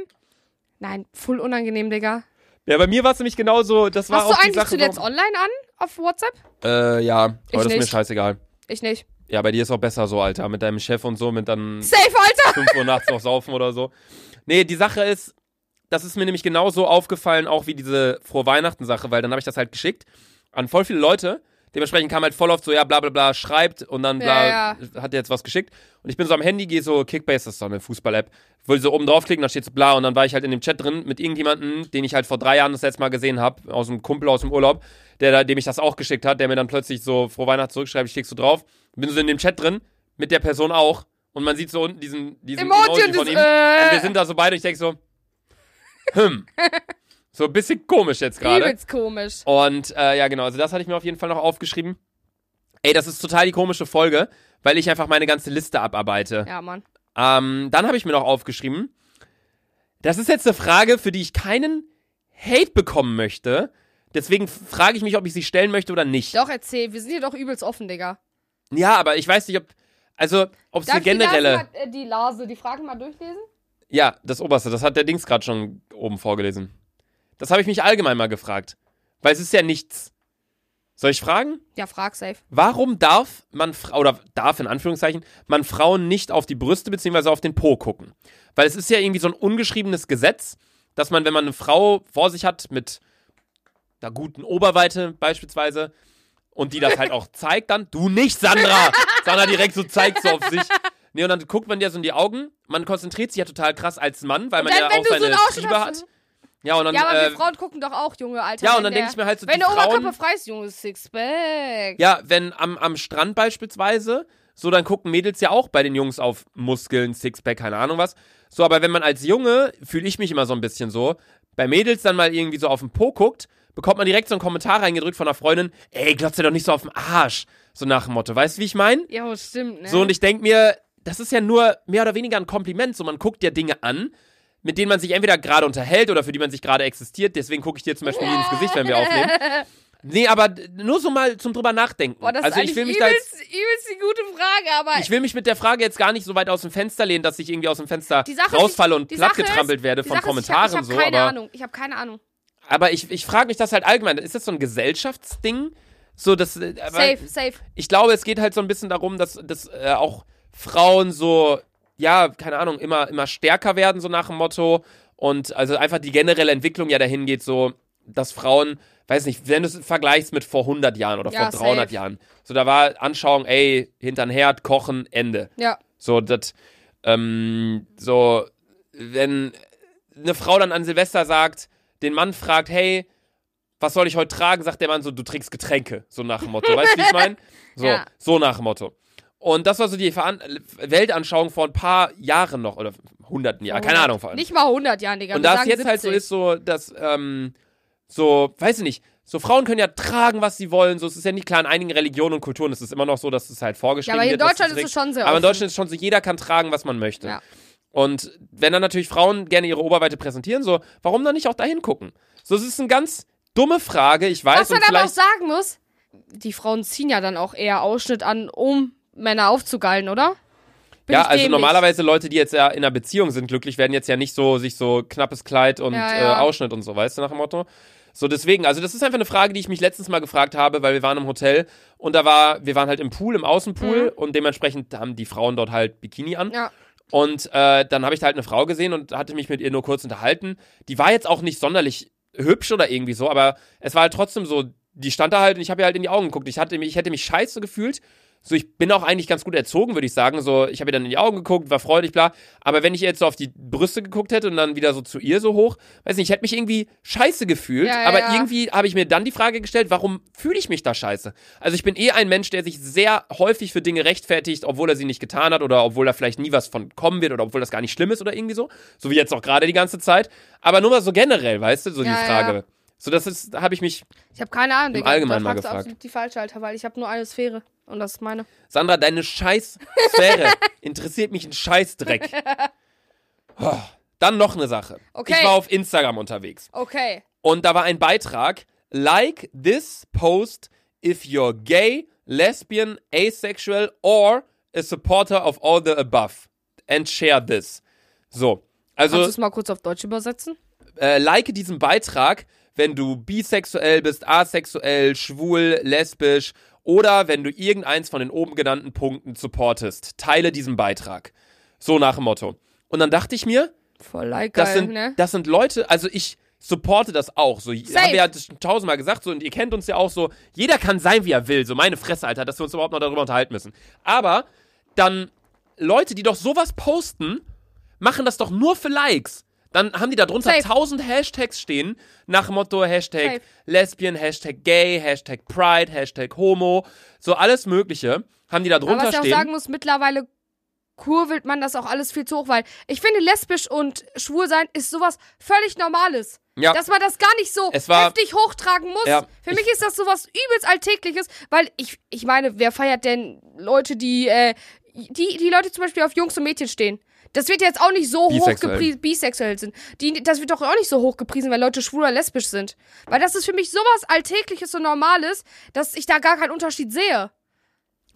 nein, voll unangenehm, Digga.
Ja, bei mir war es nämlich genauso, das war
Hast du
auch die
eigentlich
Sache.
zuletzt
warum-
online an auf WhatsApp?
äh, ja, aber
Ich
das ist mir
nicht.
scheißegal.
Ich nicht.
Ja, bei dir ist auch besser so, Alter, mit deinem Chef und so, mit dann
Safe, Alter!
5 Uhr nachts noch saufen oder so. Nee, die Sache ist, das ist mir nämlich genauso aufgefallen, auch wie diese Frohe Weihnachten-Sache, weil dann habe ich das halt geschickt an voll viele Leute. Dementsprechend kam halt voll oft so, ja, bla bla bla, schreibt und dann bla,
Ja,
hat der jetzt was geschickt. Und ich bin so am Handy, gehe so, Kickbase, das ist so eine Fußball-App, will so oben draufklicken, da steht so bla und dann war ich halt in dem Chat drin mit irgendjemandem, den ich halt vor drei Jahren das letzte Mal gesehen habe, aus einem Kumpel aus dem Urlaub, der da, dem ich das auch geschickt hat, der mir dann plötzlich so Frohe Weihnachten zurückschreibt, ich klick so drauf, bin so in dem Chat drin, mit der Person auch und man sieht so unten diesen, diesen
Emoji
von
und das,
ihm. Und wir
äh,
sind da so beide, ich denke so, hm. So ein bisschen komisch jetzt gerade. Oh.
übelst komisch.
Und äh, ja, genau, also das hatte ich mir auf jeden Fall noch aufgeschrieben. Ey, das ist total die komische Folge, weil ich einfach meine ganze Liste abarbeite.
Ja, Mann.
Ähm, dann habe ich mir noch aufgeschrieben, das ist jetzt eine Frage, für die ich keinen Hate bekommen möchte. Deswegen frage ich mich, ob ich sie stellen möchte oder nicht.
Doch, erzähl. Wir sind hier doch übelst offen, Digga.
Ja, aber ich weiß nicht, ob. Also, ob es
Darf
eine
ich die Lase
generelle.
Mal, äh, die Lase, die Fragen mal durchlesen?
Ja, das oberste, das hat der Dings gerade schon oben vorgelesen. Das habe ich mich allgemein mal gefragt. Weil es ist ja nichts. Soll ich fragen?
Ja, frag safe.
Warum darf man, Fra- oder darf in Anführungszeichen, man Frauen nicht auf die Brüste beziehungsweise auf den Po gucken? Weil es ist ja irgendwie so ein ungeschriebenes Gesetz, dass man, wenn man eine Frau vor sich hat mit einer guten Oberweite beispielsweise und die das halt auch zeigt dann, du nicht, Sandra! Sandra direkt so zeigt so auf sich. Nee, und dann guckt man dir so in die Augen, man konzentriert sich ja total krass als Mann, weil man
dann,
ja
wenn
auch
du so
seine
einen Ausschnitt
Triebe
hast,
hat. Ja, und dann,
ja, aber
äh,
wir Frauen gucken doch auch, Junge, Alter.
ja, und
wenn
dann
der-
denk ich mir halt so, die
Wenn der
Frauen-
Oberkörper frei ist, Junge, Sixpack.
Ja, wenn am, am Strand beispielsweise, so dann gucken Mädels ja auch bei den Jungs auf Muskeln, Sixpack, keine Ahnung was. So, aber wenn man als Junge, fühle ich mich immer so ein bisschen so, bei Mädels dann mal irgendwie so auf den Po guckt, bekommt man direkt so einen Kommentar reingedrückt von einer Freundin, ey, glotzt dir doch nicht so auf den Arsch. So nach dem Motto, weißt du, wie ich meine?
Ja, aber stimmt, ne?
So, und ich denk mir, das ist ja nur mehr oder weniger ein Kompliment. So, man guckt ja Dinge an, mit denen man sich entweder gerade unterhält oder für die man sich gerade existiert. Deswegen gucke ich dir zum Beispiel nie ins Gesicht, wenn wir aufnehmen. Nee, aber d- nur so mal zum drüber nachdenken.
Boah, das
also
ist
ich will
eigentlich
mich da jetzt,
übelst, übelst die gute Frage, aber
ich will mich mit der Frage jetzt gar nicht so weit aus dem Fenster lehnen, dass ich irgendwie aus dem Fenster
Die Sache ist,
rausfalle und
die
platt
Sache ist-
getrampelt werde
die
von
Sache ist,
Kommentaren
ich hab, ich hab
so.
Keine
aber
Ahnung, ich habe keine Ahnung.
aber ich, ich frage mich das halt allgemein. Ist das so ein Gesellschaftsding? So das. äh, Aber
Safe, safe.
ich glaube, es geht halt so ein bisschen darum, dass, dass äh, auch Frauen so, ja, keine Ahnung, immer, immer stärker werden, so nach dem Motto. Und also einfach die generelle Entwicklung ja dahin geht, so, dass Frauen, weiß nicht, wenn du es vergleichst mit vor 100 Jahren oder
Ja,
vor 300
safe.
Jahren, so da war Anschauung, ey, hintern Herd, kochen, Ende.
Ja.
So, das, ähm, so, wenn eine Frau dann an Silvester sagt, den Mann fragt, hey, was soll ich heute tragen? Sagt der Mann so, du trinkst Getränke. So nach dem Motto. Weißt du, wie ich meine? So,
Ja.
so nach dem Motto. Und das war so die Veran Weltanschauung vor ein paar Jahren noch, oder hunderten Jahren, keine Ahnung vor allem.
Oh. Nicht mal 100 Jahren, Digga.
Und
wir
da es
sagen
jetzt halt so
70.
ist, so, dass, ähm, so, weiß ich nicht, so Frauen können ja tragen, was sie wollen, so, es ist ja nicht klar, in einigen Religionen und Kulturen ist es immer noch so, dass es halt
Ja,
vorgeschrieben
aber hier in
wird. was du
Deutschland ist es
trägst.
schon sehr
Aber in
offen.
Deutschland ist schon so, jeder kann tragen, was man möchte.
Ja.
Und wenn dann natürlich Frauen gerne ihre Oberweite präsentieren, so, warum dann nicht auch dahin gucken? So, es ist eine ganz dumme Frage, ich weiß,
Was man
und
aber auch
vielleicht,
sagen muss, die Frauen ziehen ja dann auch eher Ausschnitt an, um Männer aufzugeilen, oder? Bin
ja,
ich
also
dämlich?
normalerweise Leute, die jetzt ja in einer Beziehung sind, glücklich werden jetzt ja nicht so, sich so knappes Kleid und
Ja, ja.
Äh, Ausschnitt und so, weißt du, nach dem Motto. So, deswegen, also das ist einfach eine Frage, die ich mich letztens mal gefragt habe, weil wir waren im Hotel und da war, wir waren halt im Pool, im Außenpool
Mhm.
und dementsprechend haben die Frauen dort halt Bikini an.
Ja.
Und äh, dann habe ich da halt eine Frau gesehen und hatte mich mit ihr nur kurz unterhalten. Die war jetzt auch nicht sonderlich hübsch oder irgendwie so, aber es war halt trotzdem so, die stand da halt und ich habe ihr halt in die Augen geguckt. Ich, hatte, mich- ich hätte mich scheiße gefühlt. So, ich bin auch eigentlich ganz gut erzogen, würde ich sagen. So, ich habe ihr dann in die Augen geguckt, war freudig, bla. Aber wenn ich ihr jetzt so auf die Brüste geguckt hätte und dann wieder so zu ihr so hoch, weiß nicht, ich hätte mich irgendwie scheiße gefühlt.
Ja,
aber
ja.
irgendwie habe ich mir dann die Frage gestellt, warum fühle ich mich da scheiße? Also ich bin eh ein Mensch, der sich sehr häufig für Dinge rechtfertigt, obwohl er sie nicht getan hat oder obwohl da vielleicht nie was von kommen wird oder obwohl das gar nicht schlimm ist oder irgendwie so. So wie jetzt auch gerade die ganze Zeit. Aber nur mal so generell, weißt du, so
Ja,
die
ja.
Frage. So, das ist, habe ich mich.
Ich habe keine Ahnung, Digga.
Allgemeinen
da
mal
fragst du
gefragt.
absolut die falsche, Alter, weil ich habe nur eine Sphäre. Und das ist meine.
Sandra, deine Scheißsphäre interessiert mich ein Scheißdreck. Oh, Dann noch eine Sache.
Okay.
Ich war auf Instagram unterwegs
Okay.
und da war ein Beitrag: Like this post if you're gay, lesbian, asexual or a supporter of all the above and share this. So, also
Kannst du es mal kurz auf Deutsch übersetzen?
äh, like diesen Beitrag, wenn du bisexuell bist, asexuell, schwul, lesbisch oder wenn du irgendeins von den oben genannten Punkten supportest. Teile diesen Beitrag. So nach dem Motto. Und dann dachte ich mir,
Voll like,
das,
geil,
sind,
ne?
das sind Leute, also ich supporte das auch. So,
Safe.
haben wir ja schon tausendmal gesagt, so, und ihr kennt uns ja auch so, jeder kann sein, wie er will. So, meine Fresse, Alter, dass wir uns überhaupt noch darüber unterhalten müssen. Aber dann Leute, die doch sowas posten, machen das doch nur für Likes. Dann haben die da drunter
Safe.
tausend Hashtags stehen, nach dem Motto Hashtag
Safe.
Lesbian, Hashtag Gay, Hashtag Pride, Hashtag Homo, so alles mögliche haben die da
Aber
drunter
was ich auch
stehen.
sagen muss, mittlerweile kurvelt man das auch alles viel zu hoch, weil ich finde, lesbisch und schwul sein ist sowas völlig Normales.
Ja.
Dass man das gar nicht so
Es war-
heftig hochtragen muss.
Ja.
Für mich ist das sowas übelst Alltägliches, weil ich, ich meine, wer feiert denn Leute, die, äh, die, die Leute zum Beispiel auf Jungs und Mädchen stehen? Das wird jetzt auch nicht so
Bisexuell.
hochgepriesen, bisexuell sind. Die, das wird doch auch nicht so hochgepriesen, weil Leute schwul oder lesbisch sind. Weil das ist für mich sowas Alltägliches und Normales, dass ich da gar keinen Unterschied sehe.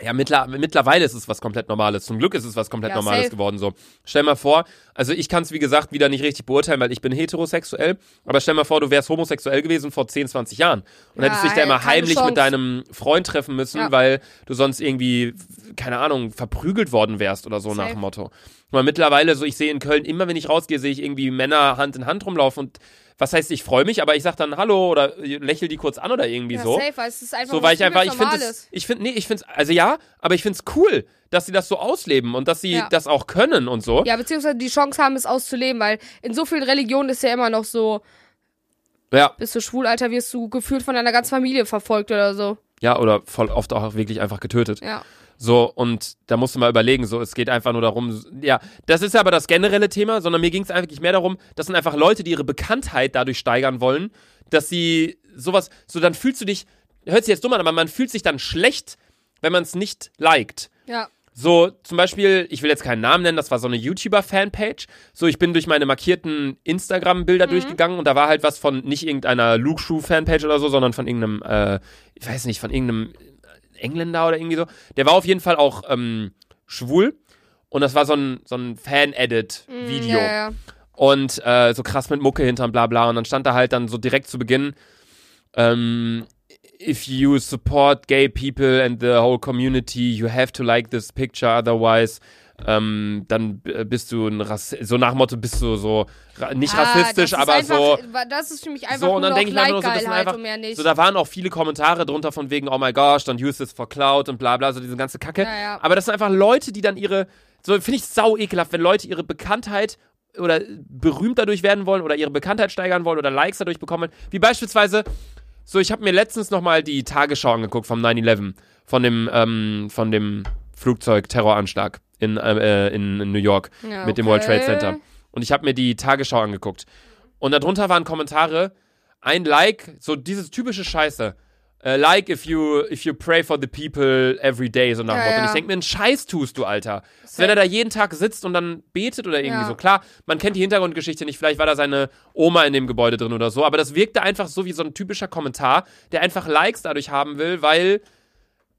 Ja, mittler, mittlerweile ist es was komplett Normales. Zum Glück ist es was komplett
Ja,
Normales
safe.
geworden. So, stell mal vor, also ich kann es wie gesagt wieder nicht richtig beurteilen, weil ich bin heterosexuell. Aber stell mal vor, du wärst homosexuell gewesen vor 10, 20 Jahren und
Ja,
hättest dich da immer
keine
heimlich
Chance.
mit deinem Freund treffen müssen,
Ja.
weil du sonst irgendwie keine Ahnung verprügelt worden wärst oder so nach
Safe.
dem Motto. Weil mittlerweile so, ich sehe in Köln immer, wenn ich rausgehe, sehe ich irgendwie Männer Hand in Hand rumlaufen und was heißt, ich freue mich, aber ich sag dann Hallo oder lächel die kurz an oder irgendwie
Ja,
so.
safe, weil es ist einfach
So,
was
weil ich einfach, ich
übelst
finde
Normales.
es, ich finde, nee, ich finde es, also ja, aber ich finde es cool, dass sie das so ausleben und dass sie
Ja.
das auch können und so. Ja.
Ja, beziehungsweise die Chance haben, es auszuleben, weil in so vielen Religionen ist ja immer noch so,
ja.
bist du schwul, Alter, wirst du gefühlt von deiner ganzen Familie verfolgt oder so.
oder voll oft auch wirklich einfach getötet.
Ja.
So, und da musst du mal überlegen, so, es geht einfach nur darum, s- ja, das ist aber das generelle Thema, sondern mir ging es eigentlich mehr darum, das sind einfach Leute, die ihre Bekanntheit dadurch steigern wollen, dass sie sowas, so dann fühlst du dich, hört sich jetzt dumm an, aber man fühlt sich dann schlecht, wenn man es nicht liked.
Ja.
So, zum Beispiel, ich will jetzt keinen Namen nennen, das war so eine YouTuber-Fanpage. So, ich bin durch meine markierten Instagram-Bilder durchgegangen und da war halt was von nicht irgendeiner Luke Shoe-Fanpage oder so, sondern von irgendeinem, äh, ich weiß nicht, von irgendeinem Engländer oder irgendwie so. Der war auf jeden Fall auch ähm, schwul und das war so ein, so ein Fan-Edit-Video.
Ja, ja.
Und äh, so krass mit Mucke hinterm bla bla. Und dann stand da halt dann so direkt zu Beginn, ähm, if you support gay people and the whole community, you have to like this picture, otherwise ähm, dann äh, bist du ein Rassist, so nach dem Motto bist du so, ra nicht
Ah,
rassistisch,
das ist
aber
einfach,
so,
Das ist für mich einfach
so, und dann
nur
denke ich mir
noch
einfach nur so, das sind
Leitgeilheit
einfach,
und mehr nicht.
so, da waren auch viele Kommentare drunter von wegen, oh my gosh, don't use this for cloud und bla bla, so diese ganze Kacke.
Ja, ja.
Aber das sind einfach Leute, die dann ihre, so finde ich sau ekelhaft, wenn Leute ihre Bekanntheit oder berühmt dadurch werden wollen oder ihre Bekanntheit steigern wollen oder Likes dadurch bekommen wollen. Wie beispielsweise, so, ich habe mir letztens nochmal die Tagesschau angeguckt vom 9-11, von dem, ähm, von dem Flugzeug-Terroranschlag in, ähm, äh, in New York
Ja,
mit dem
okay.
World Trade Center. Und ich habe mir die Tagesschau angeguckt. Und darunter waren Kommentare, ein Like, so dieses typische Scheiße. Äh, like if you if you pray for the people every day, so nach dem
Ja,
Motto. Und
ja.
ich denke mir, einen Scheiß tust du, Alter. Wenn er da jeden Tag sitzt und dann betet oder irgendwie
Ja.
so. Klar, man kennt die Hintergrundgeschichte nicht, vielleicht war da seine Oma in dem Gebäude drin oder so, aber das wirkte einfach so wie so ein typischer Kommentar, der einfach Likes dadurch haben will, weil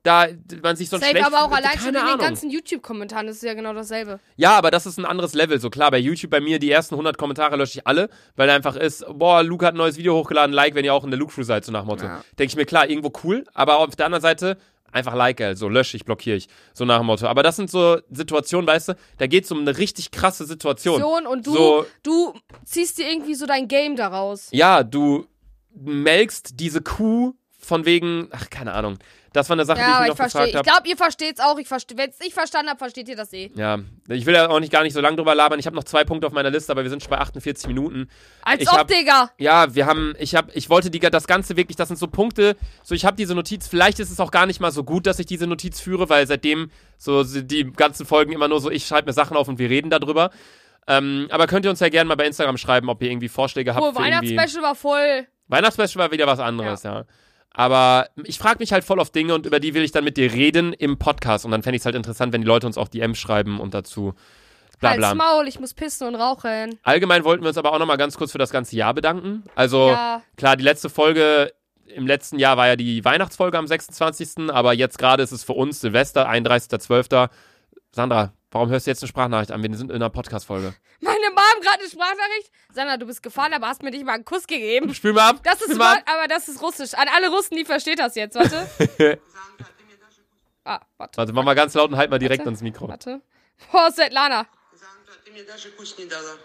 da man sich so ein
Safe,
schlecht
aber auch
keine
allein schon in den
Ahnung.
ganzen YouTube-Kommentaren ist es ja genau dasselbe.
Ja, aber das ist ein anderes Level. So klar, bei YouTube bei mir die ersten 100 Kommentare lösche ich alle, weil da einfach ist, boah, Luke hat ein neues Video hochgeladen, like, wenn ihr auch in der Luke Crew seid, so nach Motto.
Ja.
Denke ich mir, klar, irgendwo cool, aber auf der anderen Seite einfach like, ey, so lösche ich, blockiere ich, so nach dem Motto. Aber das sind so Situationen, weißt du, da geht's um eine richtig krasse Situation.
Aktion Und du,
So.
du ziehst dir irgendwie so dein Game daraus.
Ja, du melkst diese Kuh von wegen, ach, keine Ahnung. Das war eine Sache, die
Ja,
ich mir
aber ich
noch
verstehe.
gefragt
Ich
habe.
glaube, ihr versteht's auch. Ich verste Wenn es nicht verstanden habt, versteht ihr das eh.
Ja, ich will ja auch nicht gar nicht so lange drüber labern. Ich habe noch zwei Punkte auf meiner Liste, aber wir sind schon bei 48 Minuten.
Als
Ich
ob,
hab-
Digga.
Ja, wir haben, ich habe, ich wollte die, das Ganze wirklich, das sind so Punkte, so ich habe diese Notiz, vielleicht ist es auch gar nicht mal so gut, dass ich diese Notiz führe, weil seitdem so si- die ganzen Folgen immer nur so, ich schreibe mir Sachen auf und wir reden darüber. Ähm, aber könnt ihr uns ja gerne mal bei Instagram schreiben, ob ihr irgendwie Vorschläge habt
Oh,
für irgendwie...
Weihnachtsspecial war voll.
Weihnachtsspecial war wieder was anderes, ja. Aber ich frage mich halt voll auf Dinge und über die will ich dann mit dir reden im Podcast und dann fände ich es halt interessant, wenn die Leute uns auch DM schreiben und dazu bla bla.
Halt's Maul, ich muss pissen und rauchen.
Allgemein wollten wir uns aber auch nochmal ganz kurz für das ganze Jahr bedanken. Also,
Ja.
klar, die letzte Folge im letzten Jahr war ja die Weihnachtsfolge am 26. Aber jetzt gerade ist es für uns Silvester, 31.12. Sandra, warum hörst du jetzt eine Sprachnachricht an? Wir sind in einer Podcast-Folge.
Meine Mom gerade eine Sprachnachricht. Sandra, du bist gefahren, aber hast mir nicht mal einen Kuss gegeben.
Spiel mal ab!
Das
spiel
ist
mal
mal,
ab.
aber das ist russisch. An alle Russen, die versteht das jetzt. Warte. ah, warte.
Warte, mach mal ganz laut und halt mal direkt
Warte.
ans Mikro.
Warte. Boah, Svetlana.
Зандра, ты мне даже кусь не дала.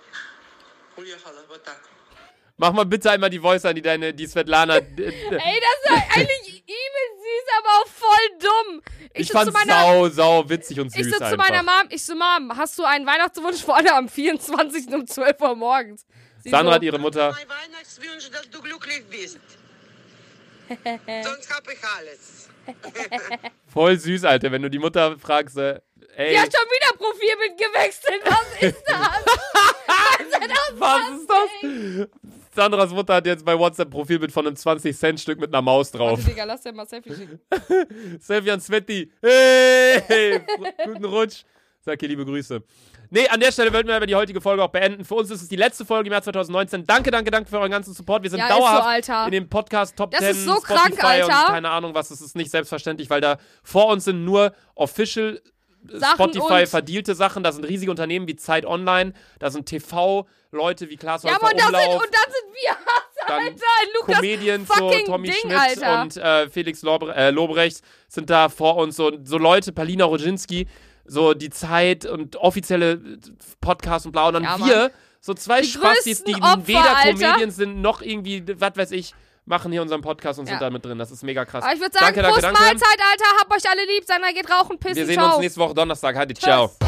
Уехала вот так.
Mach mal bitte einmal die Voice an, die deine, die Svetlana. äh,
Ey, das ist eigentlich übel süß, aber auch voll dumm.
ich
sitz
fand's
zu meiner,
sau, sau witzig und süß
Ich sitze zu
einfach.
meiner Mom. Ich so, Mom, hast du einen Weihnachtswunsch vor allem am 24. um 12 Uhr morgens? Sie
Sandra hat
so,
ihre Mutter.
Mein Weihnachtswunsch, dass du glücklich bist. Sonst hab ich alles.
Voll süß, Alter. Wenn du die Mutter fragst, äh, ey,
die hat schon wieder Profilbild gewechselt. Was ist das?
was ist das? Sandras Mutter hat jetzt bei WhatsApp Profilbild von einem 20-Cent-Stück mit einer Maus drauf.
Warte, Digga, lass dir mal Selfie schicken.
Selvian Svetti. Hey, guten Rutsch. Sag hier liebe Grüße. Nee, an der Stelle wollten wir aber die heutige Folge auch beenden. Für uns ist es die letzte Folge im Jahr 2019. Danke, danke, danke für euren ganzen Support. Wir sind
Ja, ist so,
dauerhaft
Alter.
in dem Podcast Top
Das
10
ist so
Spotify
krank,
und
Alter.
keine Ahnung was. Das ist nicht selbstverständlich, weil da vor uns sind nur Official äh,
Sachen
Spotify
und-
verdielte Sachen. Da sind riesige Unternehmen wie Zeit Online. Da sind TV-Leute wie Klaas
Ja, aber
Häufer
und das, sind,
Umlauf.
und das sind wir.
Dann
Alter, Lukas.
Comedian so
fucking
Tommy
Ding,
Schmidt
Alter.
und äh, Felix Lobre äh, Lobrecht sind da vor uns. So, so Leute, Palina Roginski, so die Zeit und offizielle äh, Podcasts und bla. Und dann
Ja, Mann.
wir, so zwei
Die
Spastis, die
größten Opfer,
weder
Alter.
Comedians sind, noch irgendwie, was weiß ich, machen hier unseren Podcast und sind
Ja.
da mit drin. Das ist mega krass.
Aber Ah, ich würde sagen,
danke, danke,
Prost
danke.
Mahlzeit, Alter. Hab euch alle lieb. Sandra geht rauchen, pissen.
Wir sehen
ciao.
uns nächste Woche Donnerstag. Halt, ciao.
Tschüss.